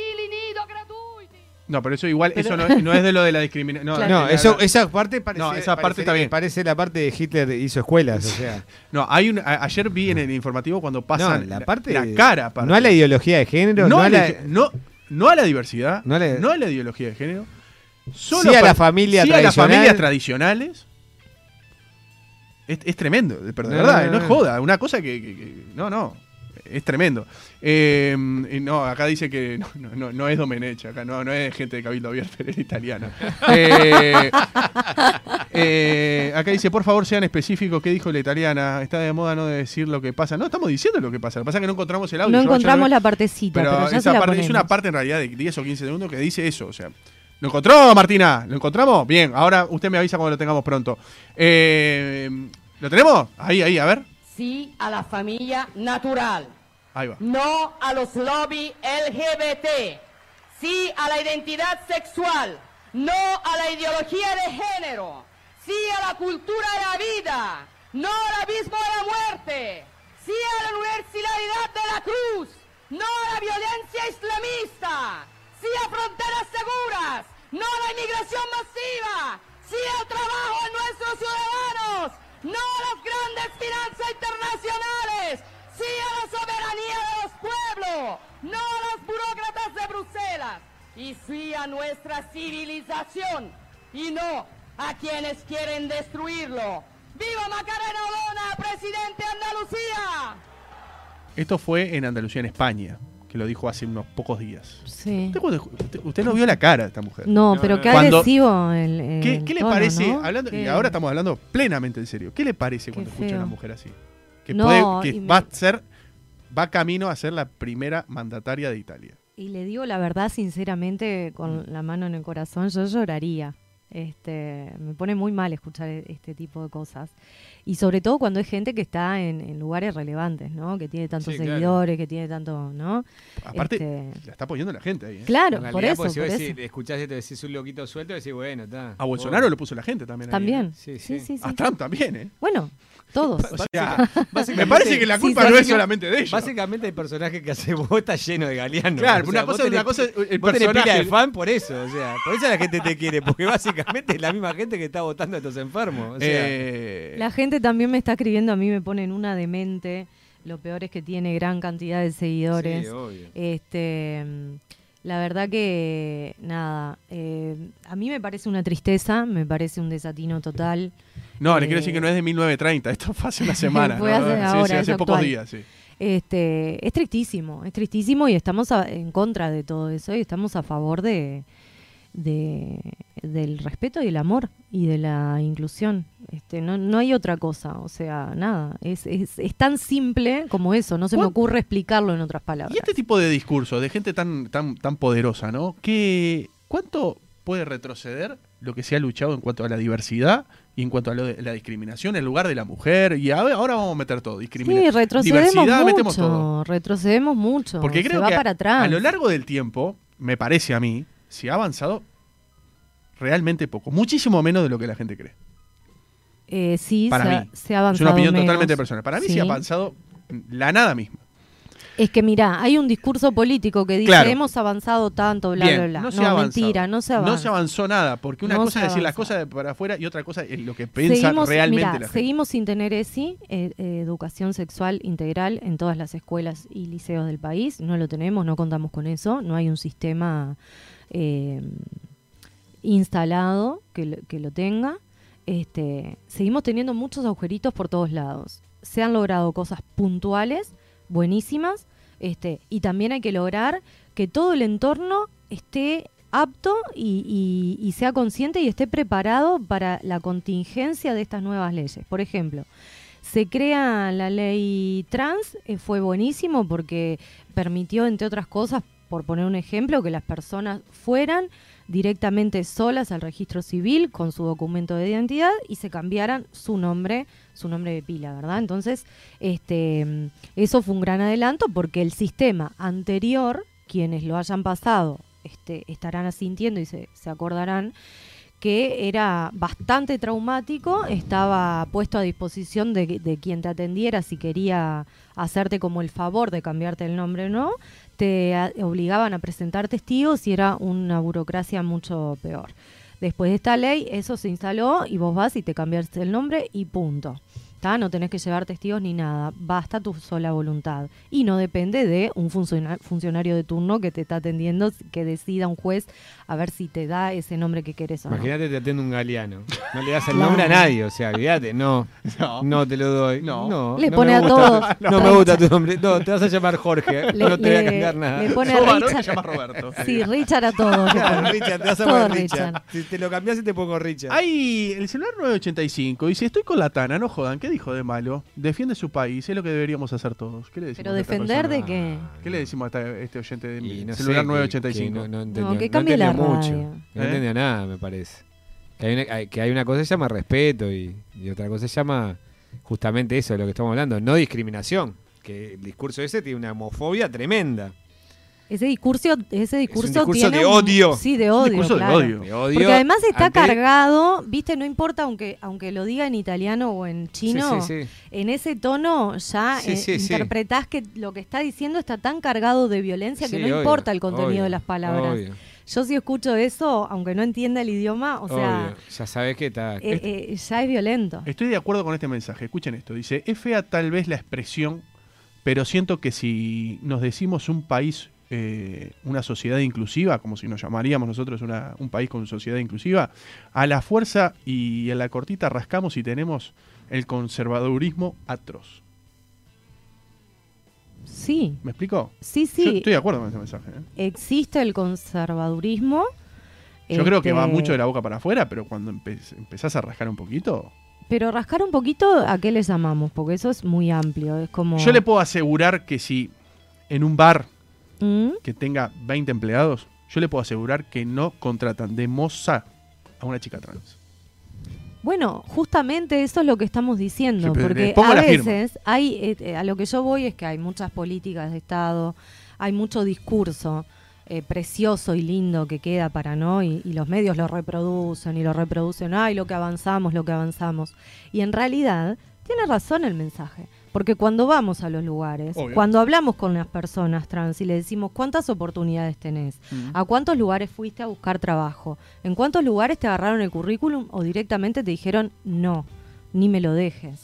Speaker 1: No, pero eso igual, eso
Speaker 2: (laughs)
Speaker 1: no, no es de lo de la discriminación. No,
Speaker 3: No,
Speaker 1: de la-
Speaker 3: eso, esa parte parece,
Speaker 1: No, esa parte
Speaker 3: parecería-
Speaker 1: está bien.
Speaker 3: Parece la parte de Hitler hizo escuelas, o (laughs) sea.
Speaker 1: no, hay un, a- ayer vi en el informativo cuando pasan
Speaker 3: no, la parte
Speaker 1: la cara. aparte.
Speaker 3: No a la ideología de género,
Speaker 1: no,
Speaker 3: no,
Speaker 1: a la,
Speaker 3: a la-
Speaker 1: no, no a la diversidad, no
Speaker 3: No
Speaker 1: a
Speaker 3: a
Speaker 1: la,
Speaker 3: la-
Speaker 1: ideología de género,
Speaker 3: Sí a la
Speaker 1: per-
Speaker 3: familia
Speaker 1: sí a las
Speaker 3: tradicional.
Speaker 1: familias tradicionales. Es, es tremendo, de- pero de
Speaker 3: No,
Speaker 1: verdad,
Speaker 3: no,
Speaker 1: no es
Speaker 3: no.
Speaker 1: joda, una cosa que, que- que- no, no, es tremendo. Eh, y no, acá dice que (laughs) no, no, no, no es Domenech, acá no, no es gente de Cabildo Abierto, (laughs) es italiana. Eh, eh, acá dice, por favor, sean específicos, ¿qué dijo la italiana? Está de moda no decir lo que pasa. No, estamos diciendo lo que pasa, lo que pasa es que no encontramos el audio.
Speaker 2: no
Speaker 1: yo ayer lo
Speaker 2: encontramos
Speaker 1: vi-
Speaker 2: la partecita pero,
Speaker 1: pero
Speaker 2: ya
Speaker 1: esa
Speaker 2: se la
Speaker 1: parte, es una
Speaker 2: ponemos.
Speaker 1: parte en realidad de 10 o 15 segundos que dice eso. O sea, ¿lo encontró, Martina? ¿Lo encontramos? Bien, ahora usted me avisa cuando lo tengamos pronto. Eh, ¿Lo tenemos? Ahí, ahí, a ver.
Speaker 5: sí a la familia natural,
Speaker 1: Ahí va.
Speaker 5: no a los lobbies LGBT, sí a la identidad sexual, no a la ideología de género, sí a la cultura de la vida, no al abismo de la muerte, sí a la universalidad de la cruz, no a la violencia islamista, sí a fronteras seguras, no a la inmigración masiva, sí al trabajo de nuestros ciudadanos, no a las grandes finanzas internacionales, sí a la soberanía de los pueblos, no a los burócratas de Bruselas, y sí a nuestra civilización, y no a quienes quieren destruirlo. ¡Viva Macarena Olona, presidente de Andalucía!
Speaker 1: Esto fue en Andalucía, en España, que lo dijo hace unos pocos días.
Speaker 2: Sí.
Speaker 1: ¿Usted, cuando- usted- usted no vio la cara de esta mujer.
Speaker 2: no pero qué
Speaker 1: Cuando-
Speaker 2: agresivo el, el
Speaker 1: ¿Qué, qué le
Speaker 2: tono,
Speaker 1: parece?
Speaker 2: ¿no?
Speaker 1: Hablando, y
Speaker 2: Qué-
Speaker 1: ahora estamos hablando plenamente en serio. ¿Qué le parece
Speaker 2: Qué
Speaker 1: cuando escucha a una
Speaker 2: feo.
Speaker 1: mujer así? Que,
Speaker 2: No,
Speaker 1: puede- que
Speaker 2: y me-
Speaker 1: va a ser, va camino a ser la primera mandataria de Italia.
Speaker 2: Y le digo la verdad, sinceramente,
Speaker 3: Mm.
Speaker 2: con la mano en el corazón, yo lloraría. Este, me pone muy mal escuchar e- este tipo de cosas. Y sobre todo cuando hay gente que está en, en lugares relevantes, ¿no? Que tiene tantos
Speaker 3: Sí, claro.
Speaker 2: seguidores, que tiene tanto, ¿no?
Speaker 1: Aparte,
Speaker 2: Este-
Speaker 1: la está apoyando la gente ahí. ¿eh?
Speaker 2: Claro,
Speaker 3: En
Speaker 2: por
Speaker 3: realidad,
Speaker 2: eso,
Speaker 3: porque si
Speaker 2: por
Speaker 3: vos
Speaker 2: eso.
Speaker 3: decís- escuchás y te decís un loquito suelto, decís, bueno, está.
Speaker 1: A Bolsonaro lo puso la gente también. ahí,
Speaker 2: También.
Speaker 1: ¿eh?
Speaker 2: Sí,
Speaker 3: Oh. Sí,
Speaker 2: sí,
Speaker 3: sí.
Speaker 2: sí.
Speaker 1: A Trump también, ¿eh?
Speaker 2: Bueno,
Speaker 3: (laughs)
Speaker 2: todos.
Speaker 1: O sea, me parece que la culpa no es solamente de ellos.
Speaker 3: Básicamente el personaje que hace (laughs) vos está lleno de galeano.
Speaker 1: Claro,
Speaker 3: O
Speaker 1: una
Speaker 3: sea, vos
Speaker 1: cosa- una
Speaker 3: tenés-
Speaker 1: cosa es el
Speaker 3: vos tenés pila
Speaker 1: personaje.
Speaker 3: de fan por eso, o sea, por eso la gente te quiere, porque (laughs) básicamente es la misma gente que está votando a estos enfermos. O sea,
Speaker 1: Eh,
Speaker 2: La gente también me está escribiendo, a mí me ponen una demente. Lo peor es que tiene gran cantidad de seguidores.
Speaker 3: Sí, obvio.
Speaker 2: Este, mm, la verdad que nada, eh, a mí me parece una tristeza, me parece un desatino total.
Speaker 1: no, le
Speaker 2: eh,
Speaker 1: quiero decir que no es de 1930, esto fue
Speaker 2: (laughs)
Speaker 1: hace una semana.
Speaker 2: Fue
Speaker 1: ¿no?
Speaker 2: hace
Speaker 1: Sí,
Speaker 2: ahora,
Speaker 1: sí,
Speaker 2: es
Speaker 1: hace pocos
Speaker 2: actual.
Speaker 1: días, sí.
Speaker 2: Este, es tristísimo, es tristísimo y estamos a- en contra de todo eso y estamos a favor de, de- del respeto y el amor y de la inclusión. Este, no, no hay otra cosa, o sea, nada. Es, es, es tan simple como eso, no se me
Speaker 1: ¿Cuán-
Speaker 2: ocurre explicarlo en otras palabras.
Speaker 1: Y este tipo de discursos de gente tan, tan, tan poderosa, ¿no? ¿Qué, ¿Cuánto puede retroceder lo que se ha luchado en cuanto a la diversidad y en cuanto a lo de la discriminación, el lugar de la mujer? Y a ver, ahora vamos a meter todo,
Speaker 2: Sí,
Speaker 1: discriminación.
Speaker 2: retrocedemos
Speaker 1: diversidad, metemos todo.
Speaker 2: mucho, retrocedemos mucho,
Speaker 1: Porque
Speaker 2: se
Speaker 1: creo
Speaker 2: va
Speaker 1: que a-
Speaker 2: para atrás.
Speaker 1: a lo largo del tiempo, me parece a mí, se ha avanzado realmente poco, muchísimo menos de lo que la gente cree.
Speaker 2: Eh, sí,
Speaker 1: para
Speaker 2: se, ha-
Speaker 1: mí.
Speaker 2: se ha avanzado
Speaker 1: es una opinión
Speaker 2: menos.
Speaker 1: totalmente personal. Para mí se
Speaker 2: Sí.
Speaker 1: ha avanzado la nada misma.
Speaker 2: Es que mirá, hay un discurso político que dice
Speaker 1: Claro.
Speaker 2: hemos avanzado tanto, bla,
Speaker 1: Bien,
Speaker 2: bla, bla.
Speaker 1: No, se ha avanzado.
Speaker 2: mentira, no se avanza.
Speaker 1: No se avanzó nada, porque una
Speaker 2: No
Speaker 1: cosa
Speaker 2: se
Speaker 1: es decir las
Speaker 2: avanza.
Speaker 1: cosas de para afuera y otra cosa es lo que piensa
Speaker 2: Seguimos-
Speaker 1: realmente
Speaker 2: mirá,
Speaker 1: la gente.
Speaker 2: seguimos sin tener ESI, eh, eh, educación sexual integral en todas las escuelas y liceos del país. No lo tenemos, no contamos con eso. No hay un sistema eh, instalado que lo, que lo tenga. Este, seguimos teniendo muchos agujeritos por todos lados. Se han logrado cosas puntuales, buenísimas, este, y también hay que lograr que todo el entorno esté apto y, y- y sea consciente y esté preparado para la contingencia de estas nuevas leyes. Por ejemplo, se crea la ley trans, eh, fue buenísimo porque permitió, entre otras cosas, por poner un ejemplo, que las personas fueran directamente solas al registro civil con su documento de identidad y se cambiaran su nombre, su nombre de pila, ¿verdad? Entonces, este, mm, eso fue un gran adelanto porque el sistema anterior, quienes lo hayan pasado, este, estarán asintiendo y se, se acordarán que era bastante traumático, estaba puesto a disposición de, de quien te atendiera si quería hacerte como el favor de cambiarte el nombre o no, te a- obligaban a presentar testigos y era una burocracia mucho peor. Después de esta ley, eso se instaló y vos vas y te cambias el nombre y punto. ¿Tá? No tenés que llevar testigos ni nada, basta tu sola voluntad. Y no depende de un funciona- funcionario de turno que te está atendiendo, que decida un juez a ver si te da ese nombre que querés o no.
Speaker 3: Imagínate te atiende un galeano. No le das
Speaker 2: (laughs)
Speaker 3: el
Speaker 2: Claro.
Speaker 3: nombre a nadie, o sea, olvídate, no. No, te lo doy.
Speaker 1: No.
Speaker 3: No.
Speaker 2: Le
Speaker 3: no
Speaker 2: pone
Speaker 3: me
Speaker 2: a
Speaker 3: gusta.
Speaker 2: todos.
Speaker 3: (laughs) No me gusta tu nombre. No, te vas a llamar Jorge.
Speaker 2: Le-
Speaker 3: no te voy a
Speaker 2: le-
Speaker 3: cambiar nada.
Speaker 2: Le
Speaker 3: (laughs)
Speaker 2: pone
Speaker 1: Sos
Speaker 2: a
Speaker 1: varón, te
Speaker 2: Richard.
Speaker 1: llamas Roberto.
Speaker 2: Sí, Richard a todos. le
Speaker 3: Claro,
Speaker 2: pone.
Speaker 3: Richard, te vas a
Speaker 2: Todo
Speaker 3: llamar
Speaker 2: Richard.
Speaker 3: Richard. Si te lo cambias, te pongo Richard.
Speaker 1: Hay el celular 985 dice, estoy con la Tana, no jodan, ¿qué dijo de malo? Defiende su país, es lo que deberíamos hacer todos. ¿Qué le decimos
Speaker 2: Pero
Speaker 1: a esta
Speaker 2: defender de
Speaker 3: Ah,
Speaker 1: persona?
Speaker 2: qué.
Speaker 1: ¿Qué le decimos a esta- este oyente de
Speaker 3: Y
Speaker 1: mi
Speaker 3: no sé,
Speaker 1: celular
Speaker 3: que-
Speaker 1: 985?
Speaker 3: que no, no entendió,
Speaker 2: que
Speaker 3: no
Speaker 2: cambie la
Speaker 3: entendió mucho.
Speaker 2: radio.
Speaker 3: que No
Speaker 1: ¿Eh?
Speaker 3: entendió nada, me parece. Que hay una, hay- que hay una cosa que se llama respeto y, y otra cosa se llama justamente eso de lo que estamos hablando, no discriminación. Que el discurso ese tiene una homofobia tremenda.
Speaker 2: Ese discurso, ese discurso,
Speaker 3: discurso
Speaker 2: tiene
Speaker 3: de
Speaker 2: un-
Speaker 3: odio.
Speaker 2: Sí, de
Speaker 1: Un
Speaker 2: odio.
Speaker 1: discurso de
Speaker 2: claro.
Speaker 1: odio.
Speaker 3: De odio
Speaker 2: Porque además está
Speaker 3: ante-
Speaker 2: cargado, viste, no importa aunque aunque lo diga en italiano o en
Speaker 3: Sí,
Speaker 2: chino,
Speaker 3: sí, sí.
Speaker 2: en ese tono ya
Speaker 3: Sí,
Speaker 2: eh,
Speaker 3: sí, sí.
Speaker 2: interpretás que lo que está diciendo está tan cargado de violencia
Speaker 3: Sí,
Speaker 2: que no
Speaker 3: obvio,
Speaker 2: importa el contenido
Speaker 3: obvio,
Speaker 2: de las palabras.
Speaker 3: obvio,
Speaker 2: Yo si escucho eso, aunque no entienda el idioma, o sea,
Speaker 3: obvio. ya sabes que está. este,
Speaker 2: eh, eh, ya es violento.
Speaker 1: Estoy de acuerdo con este mensaje. Escuchen esto. Dice, es fea tal vez la expresión, pero siento que si nos decimos un país, eh, una sociedad inclusiva, como si nos llamaríamos nosotros una- un país con sociedad inclusiva, a la fuerza y en la cortita rascamos y tenemos el conservadurismo atroz.
Speaker 2: Sí,
Speaker 1: ¿Me explico?
Speaker 2: sí, sí.
Speaker 1: Yo estoy de acuerdo con este mensaje. ¿eh?
Speaker 2: existe el conservadurismo.
Speaker 1: Yo creo que
Speaker 2: este,
Speaker 1: va mucho de la boca para afuera, pero cuando empe- empezás a rascar un poquito...
Speaker 2: Pero rascar un poquito, ¿a qué le llamamos? Porque eso es muy amplio. Es como.
Speaker 1: Yo le puedo asegurar que si en un bar
Speaker 2: ¿Mm?
Speaker 1: que tenga 20 empleados, yo le puedo asegurar que no contratan de moza a una chica trans.
Speaker 2: Bueno, justamente eso es lo que estamos diciendo,
Speaker 1: Sí, pero le
Speaker 2: porque
Speaker 1: pongo
Speaker 2: a
Speaker 1: la firma.
Speaker 2: veces hay, eh, eh, a lo que yo voy es que hay muchas políticas de Estado, hay mucho discurso eh, precioso y lindo que queda para no y, y los medios lo reproducen y lo reproducen, ay, lo que avanzamos, lo que avanzamos. Y en realidad tiene razón el mensaje, porque cuando vamos a los lugares,
Speaker 1: Obvio.
Speaker 2: cuando hablamos con las personas trans y le decimos cuántas oportunidades tenés, ¿A cuántos lugares fuiste a buscar trabajo? ¿En cuántos lugares te agarraron el currículum o directamente te dijeron no, ni me lo dejes?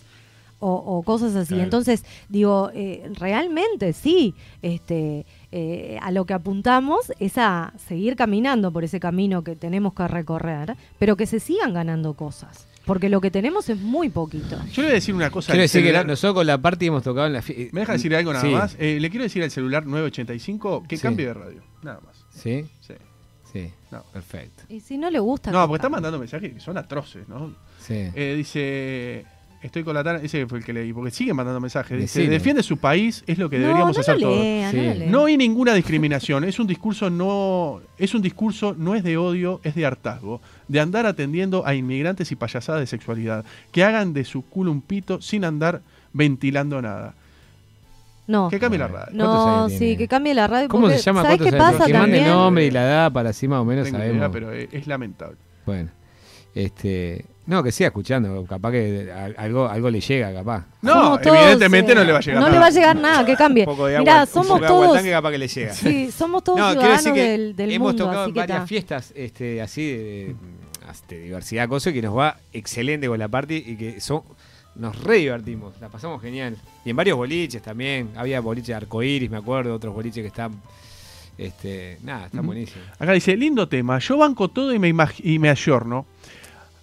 Speaker 2: O, o cosas así.
Speaker 3: Claro.
Speaker 2: Entonces, digo, eh, realmente sí, este, eh, a lo que apuntamos es a seguir caminando por ese camino que tenemos que recorrer, pero que se sigan ganando cosas, porque lo que tenemos es muy poquito.
Speaker 1: Yo le voy a decir una cosa.
Speaker 3: Quiero
Speaker 1: al
Speaker 3: decir que la-
Speaker 1: celular-
Speaker 3: nosotros con la parte hemos tocado en la. fi-
Speaker 1: ¿Me deja decir algo nada
Speaker 3: Sí,
Speaker 1: más? Eh, le quiero decir al celular 985 que
Speaker 3: Sí.
Speaker 1: cambie de radio. Nada más.
Speaker 3: Sí,
Speaker 1: Sí.
Speaker 3: sí, Sí.
Speaker 1: No.
Speaker 3: Perfecto.
Speaker 2: Y si no le gusta.
Speaker 1: No, porque
Speaker 2: capaz.
Speaker 1: están mandando mensajes que son atroces, ¿no?
Speaker 3: Sí.
Speaker 1: Eh, dice. Estoy con la tana. Ese fue el que leí, porque siguen mandando mensajes. Dice:
Speaker 3: Decilo.
Speaker 1: defiende su país, es lo que
Speaker 2: No,
Speaker 1: deberíamos
Speaker 2: no
Speaker 1: hacer
Speaker 2: lo
Speaker 1: todos.
Speaker 2: lea, no
Speaker 3: Sí.
Speaker 2: lo lea.
Speaker 1: No hay ninguna discriminación. Es un discurso no es un discurso no es de odio, es de hartazgo, de andar atendiendo a inmigrantes y payasadas de sexualidad, que hagan de su culo un pito sin andar ventilando nada.
Speaker 2: No.
Speaker 1: Que cambie la radio.
Speaker 3: ¿Cuántos
Speaker 2: No,
Speaker 3: años
Speaker 2: sí,
Speaker 3: tiene?
Speaker 2: que cambie la radio.
Speaker 3: ¿Cómo
Speaker 2: porque,
Speaker 3: se llama?
Speaker 2: ¿Sabes qué
Speaker 3: ¿Cuántos años?
Speaker 2: pasa
Speaker 3: que mande
Speaker 2: también?
Speaker 3: nombre y la edad para así más o menos
Speaker 1: Tengo
Speaker 3: sabemos.
Speaker 1: idea, pero es, es lamentable.
Speaker 3: Bueno, este, no, que siga escuchando, capaz que a- algo, algo le llega, capaz.
Speaker 1: No,
Speaker 2: Somos todos,
Speaker 1: evidentemente
Speaker 2: eh,
Speaker 1: no le va a llegar.
Speaker 2: No
Speaker 1: nada.
Speaker 2: le va a llegar nada, que cambie.
Speaker 6: Un poco de agua,
Speaker 2: Mirá,
Speaker 6: un poco
Speaker 2: somos
Speaker 6: de agua al
Speaker 2: todos.
Speaker 6: tanque capaz que le llega.
Speaker 2: Sí, somos todos
Speaker 3: No, quiero
Speaker 2: ciudadanos
Speaker 3: decir que
Speaker 2: del, del
Speaker 3: hemos
Speaker 2: mundo.
Speaker 3: tocado
Speaker 2: así
Speaker 3: en
Speaker 2: que
Speaker 3: varias
Speaker 2: ta.
Speaker 3: fiestas este, así de, de- de diversidad, cosa que nos va excelente con la party y que son, nos re divertimos, la pasamos genial. Y en varios boliches también, había boliches de arcoiris, me acuerdo, otros boliches que están, este, nada, están buenísimos.
Speaker 1: Acá dice, lindo tema, yo banco todo y me, imag- y me ayorno.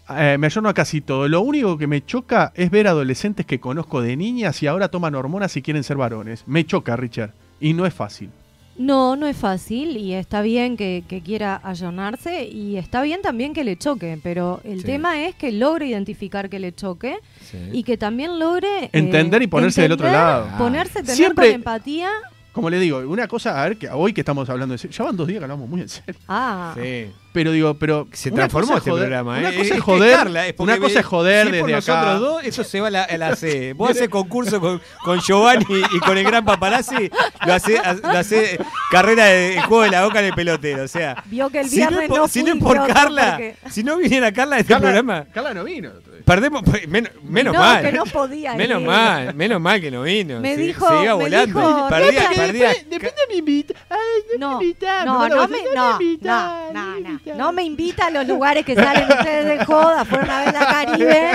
Speaker 1: Eh, me ayorno a casi todo. Lo único que me choca es ver adolescentes que conozco de niñas y ahora toman hormonas y quieren ser varones. Me choca, Richard. Y no es fácil.
Speaker 2: No, no es fácil y está bien que, que quiera allanarse y está bien también que le choque, pero el
Speaker 3: Sí.
Speaker 2: tema es que logre identificar que le choque
Speaker 3: Sí.
Speaker 2: y que también logre... eh,
Speaker 1: Entender y ponerse del otro
Speaker 2: entender,
Speaker 3: lado. Ah.
Speaker 2: Ponerse, tener
Speaker 1: Siempre-
Speaker 2: con empatía.
Speaker 1: Como le digo, una cosa, a ver, que hoy que estamos hablando de... se- Ya van dos días que hablamos muy en serio.
Speaker 2: Ah,
Speaker 3: Sí.
Speaker 1: Pero digo, pero...
Speaker 3: Se
Speaker 1: una cosa
Speaker 3: transformó
Speaker 1: es
Speaker 3: este
Speaker 1: joder-
Speaker 3: programa, ¿eh?
Speaker 1: Una cosa
Speaker 3: que
Speaker 1: es joder,
Speaker 3: Carla, es porque
Speaker 1: una cosa es joder
Speaker 3: si es por
Speaker 1: desde acá.
Speaker 3: nosotros dos, eso se va a la, a la C. Vos haces concurso con, con Giovanni y con el gran paparazzi, lo hace, lo hace carrera de el juego de la boca en el pelotero. O sea,
Speaker 2: vio que el
Speaker 3: si no
Speaker 2: viernes
Speaker 3: es por,
Speaker 2: no
Speaker 3: si no es
Speaker 2: fui,
Speaker 3: por
Speaker 2: creo que
Speaker 3: Carla,
Speaker 2: porque-
Speaker 3: si no viniera Carla a este
Speaker 1: Carla,
Speaker 3: programa,
Speaker 1: Carla no vino. el otro día.
Speaker 3: perdemos, menos, menos
Speaker 2: no,
Speaker 3: mal.
Speaker 2: que no
Speaker 3: (laughs)
Speaker 2: podía
Speaker 3: Menos
Speaker 2: ir.
Speaker 3: mal, menos mal que no vino.
Speaker 2: Me
Speaker 3: se,
Speaker 2: dijo-
Speaker 3: se iba
Speaker 2: me
Speaker 3: volando.
Speaker 2: dijo-
Speaker 3: perdía,
Speaker 2: Porque
Speaker 3: perdía.
Speaker 1: me invita. Ay,
Speaker 2: No,
Speaker 1: me invitás,
Speaker 2: no,
Speaker 1: me
Speaker 2: no
Speaker 1: vas a
Speaker 2: me,
Speaker 1: hacer,
Speaker 2: no,
Speaker 1: me invitás, me
Speaker 2: no, no, no.
Speaker 1: invitás.
Speaker 2: No me invita a los lugares que salen ustedes de joda. Fueron a ver la Caribe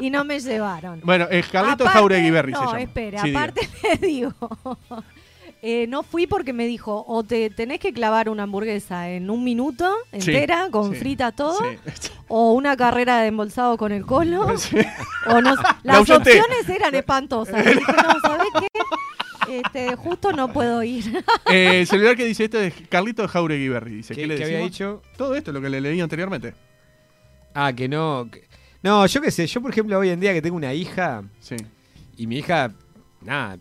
Speaker 2: y no me llevaron.
Speaker 1: Bueno, es Carlitos
Speaker 2: Aparte-
Speaker 1: Jauregui Berry
Speaker 2: no,
Speaker 1: se llama.
Speaker 2: espera,
Speaker 1: Sí, diga.
Speaker 2: aparte (laughs) le digo. eh, no fui porque me dijo, o te tenés que clavar una hamburguesa en un minuto
Speaker 1: Sí,
Speaker 2: entera, con
Speaker 1: sí,
Speaker 2: frita todo,
Speaker 1: sí. (laughs)
Speaker 2: o una carrera de embolsado con el colo,
Speaker 1: Sí.
Speaker 2: o no,
Speaker 1: (laughs) La
Speaker 2: las
Speaker 1: oyente.
Speaker 2: opciones eran espantosas. Le dije, no, ¿sabés qué? Este, justo no puedo ir. (laughs)
Speaker 1: Eh, el celular que dice esto es Carlitos Jauregui Berry. Dice, ¿qué,
Speaker 3: ¿Qué,
Speaker 1: le
Speaker 3: qué había
Speaker 1: decimos?
Speaker 3: dicho?
Speaker 1: Todo esto es lo que le leí anteriormente.
Speaker 3: Ah, que no. que- No, yo qué sé. Yo, por ejemplo, hoy en día que tengo una hija.
Speaker 1: Sí.
Speaker 3: Y mi hija, nada,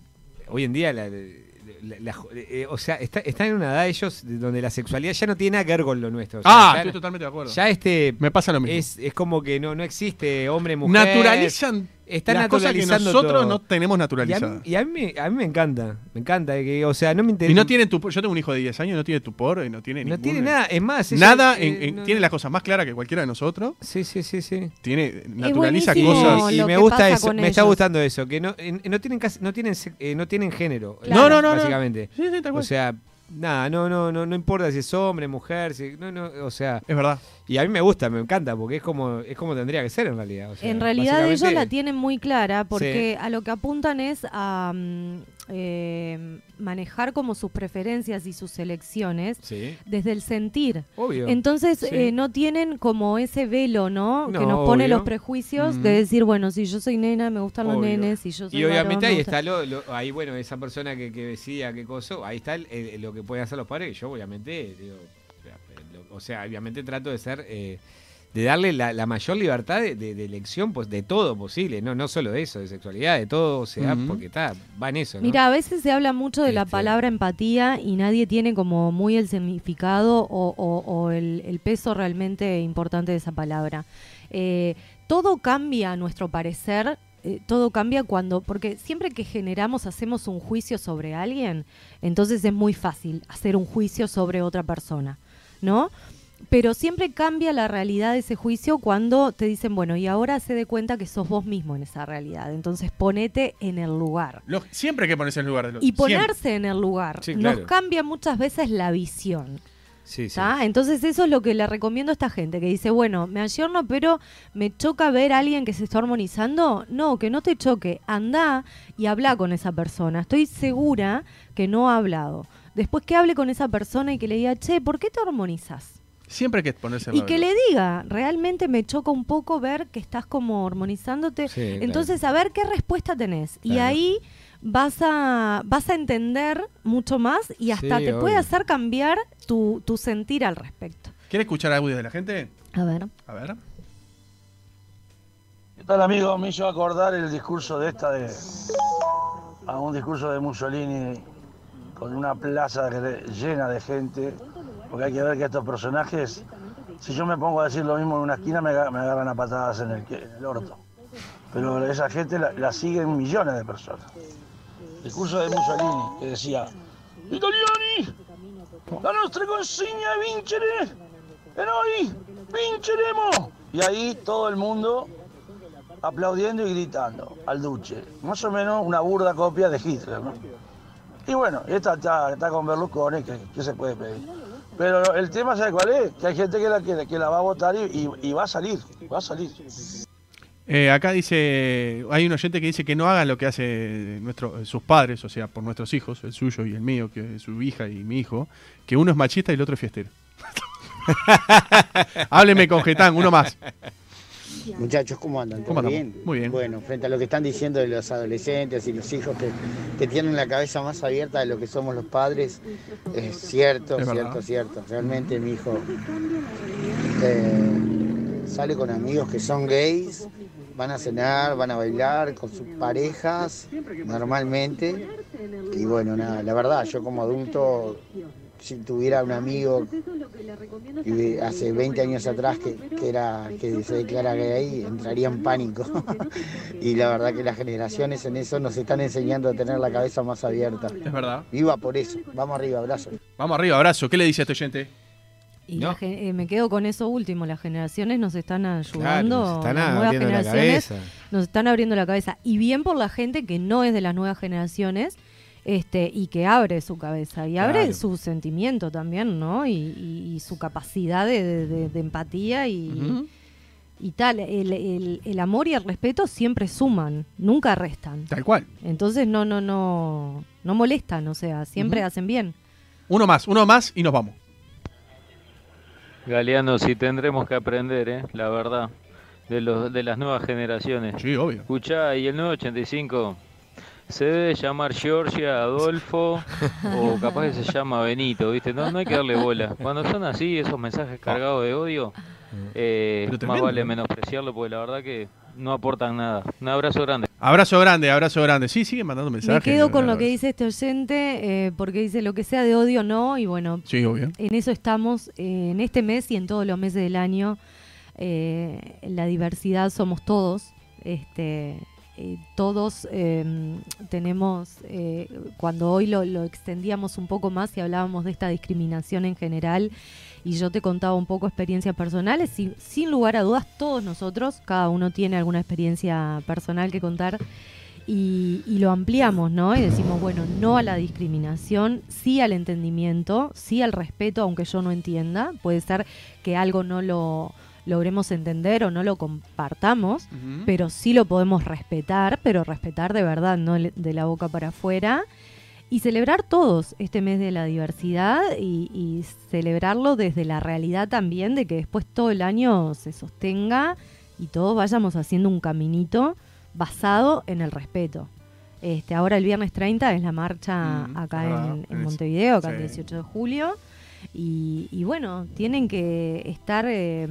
Speaker 3: hoy en día, la- la- la- eh, o sea, está, están en una edad ellos de donde la sexualidad ya no tiene nada que ver con lo nuestro. O sea,
Speaker 1: ah,
Speaker 3: ya,
Speaker 1: estoy totalmente de acuerdo.
Speaker 3: ya este
Speaker 1: Me pasa lo mismo.
Speaker 3: es, es como que no, no existe hombre mujer.
Speaker 1: Naturalizan
Speaker 3: Están
Speaker 1: las cosas que
Speaker 3: naturalizando
Speaker 1: nosotros
Speaker 3: todo.
Speaker 1: no tenemos
Speaker 3: Y, a mí,
Speaker 1: naturalizadas. Y,
Speaker 3: y a mí me- a mí me encanta, me encanta. que- o sea, no me interesa.
Speaker 1: no tiene tupor. Yo tengo un hijo de 10 años, no tiene tupor, y no tiene
Speaker 3: no
Speaker 1: ningún-
Speaker 3: tiene nada, es más. ella,
Speaker 1: Nada,
Speaker 3: eh,
Speaker 1: en- en-
Speaker 3: no-
Speaker 1: tiene las cosas más claras que cualquiera de nosotros.
Speaker 3: Sí, sí, sí, sí.
Speaker 1: Tiene, naturaliza
Speaker 2: buenísimo.
Speaker 1: cosas.
Speaker 3: Y,
Speaker 2: lo
Speaker 3: me
Speaker 2: que
Speaker 3: gusta
Speaker 2: pasa
Speaker 3: eso,
Speaker 2: con
Speaker 3: me está
Speaker 2: ellos.
Speaker 3: gustando eso, que no, en- no tienen casi- no tienen se- eh, no tienen género. eh,
Speaker 1: No, no, no, no.
Speaker 3: Básicamente.
Speaker 1: Sí, sí, tal
Speaker 3: O
Speaker 1: cual.
Speaker 3: sea, nada, no, no, no, no importa si es hombre, mujer, si, no, no, o sea,
Speaker 1: es verdad.
Speaker 3: y a mí me gusta, me encanta, porque es como, es como tendría que ser en realidad. o sea,
Speaker 2: En realidad ellos la
Speaker 3: básicamente-
Speaker 2: tienen muy clara porque a lo que apuntan es a mm, eh, manejar como sus preferencias y sus elecciones
Speaker 3: Sí,
Speaker 2: desde el sentir.
Speaker 3: obvio.
Speaker 2: Entonces
Speaker 3: Sí.
Speaker 2: eh, no tienen como ese velo, ¿no?
Speaker 3: No,
Speaker 2: que nos pone
Speaker 3: obvio.
Speaker 2: los prejuicios
Speaker 1: Mm.
Speaker 2: de decir, bueno, si yo soy nena, me gustan los
Speaker 3: Obvio.
Speaker 2: nenes, si yo soy
Speaker 3: y obviamente
Speaker 2: varón, me
Speaker 3: ahí
Speaker 2: gusta-
Speaker 3: está lo, lo- ahí bueno, esa persona que, que decía qué cosa, ahí está el- el- lo que pueden hacer los padres, que yo obviamente, digo, lo- o sea, obviamente trato de ser, eh, de darle la, la mayor libertad de, de- de elección, pues de todo posible, no, no solo de eso, de sexualidad, de todo se da,
Speaker 1: Ujú.
Speaker 3: porque está, va en eso, ¿no?
Speaker 2: Mira, a veces se habla mucho de la
Speaker 3: Este-
Speaker 2: palabra empatía y nadie tiene como muy el significado o, o- o el, el peso realmente importante de esa palabra. Eh, todo cambia a nuestro parecer. eh, todo cambia cuando, porque siempre que generamos, hacemos un juicio sobre alguien, entonces es muy fácil hacer un juicio sobre otra persona, ¿no? Pero siempre cambia la realidad de ese juicio cuando te dicen, bueno, y ahora se de cuenta que sos vos mismo en esa realidad, entonces ponete en el lugar.
Speaker 1: Lo- siempre hay que ponerse en el lugar de los
Speaker 2: Y
Speaker 1: siempre.
Speaker 2: ponerse en el lugar
Speaker 3: Sí, claro.
Speaker 2: nos cambia muchas veces la visión.
Speaker 3: sí, sí.
Speaker 2: ¿tá? Entonces eso es lo que le recomiendo a esta gente que dice, bueno, me ayorno, pero me choca ver a alguien que se está armonizando. No, que no te choque. Anda y habla con esa persona. Estoy segura que no ha hablado. Después que hable con esa persona y que le diga, che, ¿por qué te armonizas?
Speaker 1: Siempre hay que ponerse en
Speaker 2: Y
Speaker 1: la
Speaker 2: que
Speaker 1: verdad.
Speaker 2: le diga, realmente me choca un poco ver que estás como hormonizándote.
Speaker 3: Sí, claro.
Speaker 2: Entonces, a ver qué respuesta tenés. Y
Speaker 3: Claro.
Speaker 2: ahí vas a, vas a entender mucho más y hasta
Speaker 3: Sí,
Speaker 2: te puede
Speaker 3: obvio.
Speaker 2: hacer cambiar tu, tu sentir al respecto.
Speaker 1: ¿Quiere escuchar audio de la gente?
Speaker 2: A ver.
Speaker 1: A ver.
Speaker 6: ¿Qué tal, amigo? Me hizo acordar el discurso de esta de. a un discurso de Mussolini con una plaza gre- llena de gente. Porque hay que ver que estos personajes, si yo me pongo a decir lo mismo en una esquina, me, aga- me agarran a patadas en el, que- en el orto. Pero esa gente la, la siguen millones de personas. Discurso de Mussolini que decía: Italiani, la nostra consigna es vincere, e noi vinceremo. Y ahí todo el mundo aplaudiendo y gritando al Duce. Más o menos una burda copia de Hitler, ¿no? Y bueno, esta está, está con Berlusconi, que, que se puede pedir. Pero el tema, ¿sabe cuál es? Que hay gente que la, que, que la va a votar y, y- y va a salir, va a salir.
Speaker 1: Eh, acá dice, hay un oyente que dice que no hagan lo que hace nuestro, eh, sus padres, o sea, por nuestros hijos, el suyo y el mío, que es su hija y mi hijo, que uno es machista y el otro es fiestero. (laughs) Hábleme con Getán, uno más.
Speaker 7: Muchachos, ¿cómo andan? ¿Todo
Speaker 1: ¿Cómo andamos?
Speaker 7: bien?
Speaker 1: Muy bien.
Speaker 7: Bueno, frente a lo que están diciendo de los adolescentes y los hijos que, que tienen la cabeza más abierta de lo que somos los padres, es cierto,
Speaker 1: Es
Speaker 7: cierto,
Speaker 1: verdad.
Speaker 7: cierto. Realmente mi hijo eh, sale con amigos que son gays, van a cenar, van a bailar con sus parejas normalmente. Y bueno, nada, la verdad, yo como adulto, si tuviera un amigo y de- hace 20 años atrás que, que era que se declara gay entraría en pánico (laughs) y la verdad que las generaciones en eso nos están enseñando a tener la cabeza más abierta
Speaker 1: Es verdad.
Speaker 7: viva por eso vamos arriba abrazo
Speaker 1: Vamos arriba, abrazo. ¿Qué le dice a este oyente?
Speaker 2: Y
Speaker 3: No.
Speaker 2: la gen- eh, me quedo con eso último. Las generaciones nos están ayudando.
Speaker 3: Claro, se están
Speaker 2: las nuevas
Speaker 3: abriendo la
Speaker 2: generaciones
Speaker 3: cabeza.
Speaker 2: nos están abriendo la cabeza. Y bien por la gente que no es de las nuevas generaciones este, y que abre su cabeza y abre
Speaker 3: Claro.
Speaker 2: su sentimiento también, ¿no? Y, y- y su capacidad de, de- de- de empatía y, y tal. El, el- el amor y el respeto siempre suman, nunca restan.
Speaker 1: Tal cual.
Speaker 2: Entonces no, no, no, no molestan, o sea, siempre hacen bien.
Speaker 1: Uno más, uno más y nos vamos.
Speaker 8: Galeano, sí tendremos que aprender, ¿eh? la verdad, de, los, de las nuevas generaciones.
Speaker 1: Sí, obvio.
Speaker 8: Escuchá, y el nuevo 85 se debe llamar Georgia, Adolfo o capaz que se llama Benito, ¿viste? No, no hay que darle bola. Cuando son así, esos mensajes cargados de odio, eh,
Speaker 1: Pero
Speaker 8: más
Speaker 1: tremendo,
Speaker 8: vale
Speaker 1: ¿no?
Speaker 8: menospreciarlo porque la verdad que no aportan nada. Un abrazo grande.
Speaker 1: Abrazo grande, abrazo grande. Sí, siguen mandando
Speaker 2: Me
Speaker 1: mensajes.
Speaker 2: quedo con lo
Speaker 1: Abrazo.
Speaker 2: que dice este oyente, eh, porque dice lo que sea de odio no, y bueno,
Speaker 1: Sí, obvio.
Speaker 2: en eso estamos eh, en este mes y en todos los meses del año. Eh, la diversidad somos todos. Este, eh, todos eh, tenemos, eh, cuando hoy lo, lo extendíamos un poco más y hablábamos de esta discriminación en general, y yo te contaba un poco experiencias personales, y sin lugar a dudas todos nosotros, cada uno tiene alguna experiencia personal que contar, y, y lo ampliamos, ¿no? Y decimos, bueno, no a la discriminación, sí al entendimiento, sí al respeto, aunque yo no entienda. Puede ser que algo no lo logremos entender o no lo compartamos,
Speaker 1: Ujú.
Speaker 2: pero sí lo podemos respetar, pero respetar de verdad, no le- de la boca para afuera. Y celebrar todos este mes de la diversidad y, y celebrarlo desde la realidad también de que después todo el año se sostenga y todos vayamos haciendo un caminito basado en el respeto. Este, ahora el viernes 30 es la marcha
Speaker 1: Mm,
Speaker 2: acá
Speaker 1: es verdad,
Speaker 2: en, en
Speaker 1: es-
Speaker 2: Montevideo, acá el
Speaker 1: sí.
Speaker 2: 18 de julio. Y, y bueno, tienen que estar eh,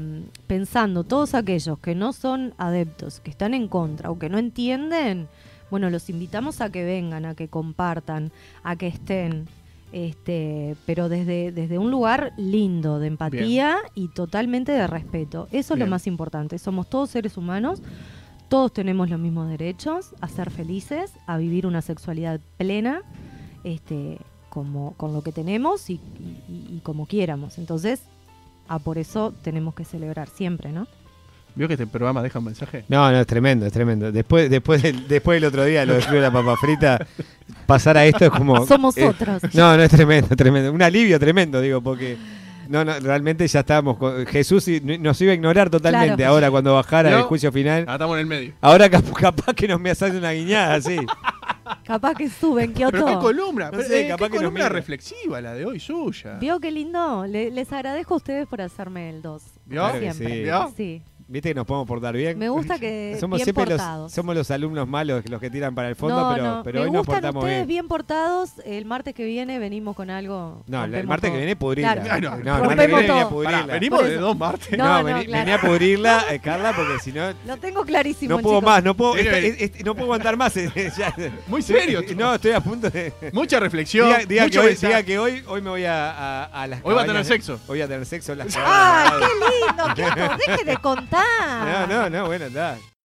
Speaker 2: pensando todos aquellos que no son adeptos, que están en contra o que no entienden, bueno, los invitamos a que vengan, a que compartan, a que estén, este, pero desde, desde un lugar lindo, de empatía y totalmente de respeto. Eso es
Speaker 1: Bien.
Speaker 2: lo más importante. Somos todos seres humanos, todos tenemos los mismos derechos a ser felices, a vivir una sexualidad plena, este, como, con lo que tenemos y, y- y como quieramos. Entonces, a por eso tenemos que celebrar siempre, ¿no?
Speaker 1: ¿Vio que este programa deja un mensaje?
Speaker 3: No, no, es tremendo, es tremendo. Después, después, del, después del otro día, lo de la papa frita, pasar a esto es como.
Speaker 2: (laughs) Ah, Somos
Speaker 3: eh,
Speaker 2: otros.
Speaker 3: No, no es tremendo, tremendo. Un alivio tremendo, digo, porque no, no, realmente ya estábamos. con- Jesús i- nos iba a ignorar totalmente
Speaker 2: Claro.
Speaker 3: ahora cuando bajara el
Speaker 1: No.
Speaker 3: juicio final.
Speaker 1: Ah, estamos en el medio.
Speaker 3: Ahora cap- capaz que nos me hace una guiñada, sí.
Speaker 2: Capaz que suben, Kioto.
Speaker 1: (laughs) Pero qué columna,
Speaker 3: No
Speaker 1: pero,
Speaker 3: sé,
Speaker 1: eh, qué
Speaker 3: capaz que nos
Speaker 1: columna
Speaker 3: mira.
Speaker 1: reflexiva la de hoy suya.
Speaker 2: ¿Vio qué lindo? Le- les agradezco a ustedes por hacerme el 2.
Speaker 1: ¿Vio?
Speaker 3: Claro que
Speaker 2: Siempre.
Speaker 3: sí.
Speaker 1: ¿Vio?
Speaker 2: Sí.
Speaker 3: Viste que nos podemos portar bien.
Speaker 2: Me gusta
Speaker 3: (laughs)
Speaker 2: que
Speaker 3: somos
Speaker 2: bien
Speaker 3: siempre
Speaker 2: portados.
Speaker 3: los, somos los alumnos malos, los que tiran para el fondo,
Speaker 2: No,
Speaker 3: pero,
Speaker 2: no,
Speaker 3: pero
Speaker 2: me
Speaker 3: hoy nos
Speaker 2: gustan
Speaker 3: portamos
Speaker 2: ustedes
Speaker 3: bien.
Speaker 2: bien. portados. El martes que viene venimos con algo.
Speaker 3: No, el
Speaker 2: rompemos
Speaker 3: martes que
Speaker 2: todo.
Speaker 3: viene pudrirla.
Speaker 2: Claro.
Speaker 1: No, no,
Speaker 3: el
Speaker 1: no,
Speaker 3: martes que viene
Speaker 2: rompemos
Speaker 3: venía a
Speaker 2: todo.
Speaker 3: pudrirla.
Speaker 1: Pará, venimos
Speaker 2: Por
Speaker 1: de
Speaker 2: eso.
Speaker 1: dos (laughs) martes.
Speaker 2: No,
Speaker 3: No,
Speaker 2: no,
Speaker 3: vení,
Speaker 2: claro.
Speaker 3: vení a pudrirla, eh, Carla, porque si no.
Speaker 2: Lo tengo clarísimo.
Speaker 3: No puedo
Speaker 2: chicos.
Speaker 3: más, no puedo,
Speaker 1: Tiene
Speaker 3: este-
Speaker 1: que-
Speaker 3: este- este- no puedo aguantar más. eh, (laughs) ya.
Speaker 1: Muy serio, tú.
Speaker 3: No, estoy a punto de.
Speaker 1: Mucha reflexión.
Speaker 3: Diga, diga que
Speaker 1: mucho
Speaker 3: hoy,
Speaker 1: pensar.
Speaker 3: diga que hoy, hoy me voy a, a, a las
Speaker 1: Hoy va a tener
Speaker 3: cabañas-
Speaker 1: sexo.
Speaker 3: Hoy voy a
Speaker 2: Ah.
Speaker 1: Ah,
Speaker 3: tener sexo en las
Speaker 2: ¡Ay,
Speaker 3: cabañas.
Speaker 2: qué lindo! Quieto, deje de contar.
Speaker 3: (laughs) No, no, no, bueno, está.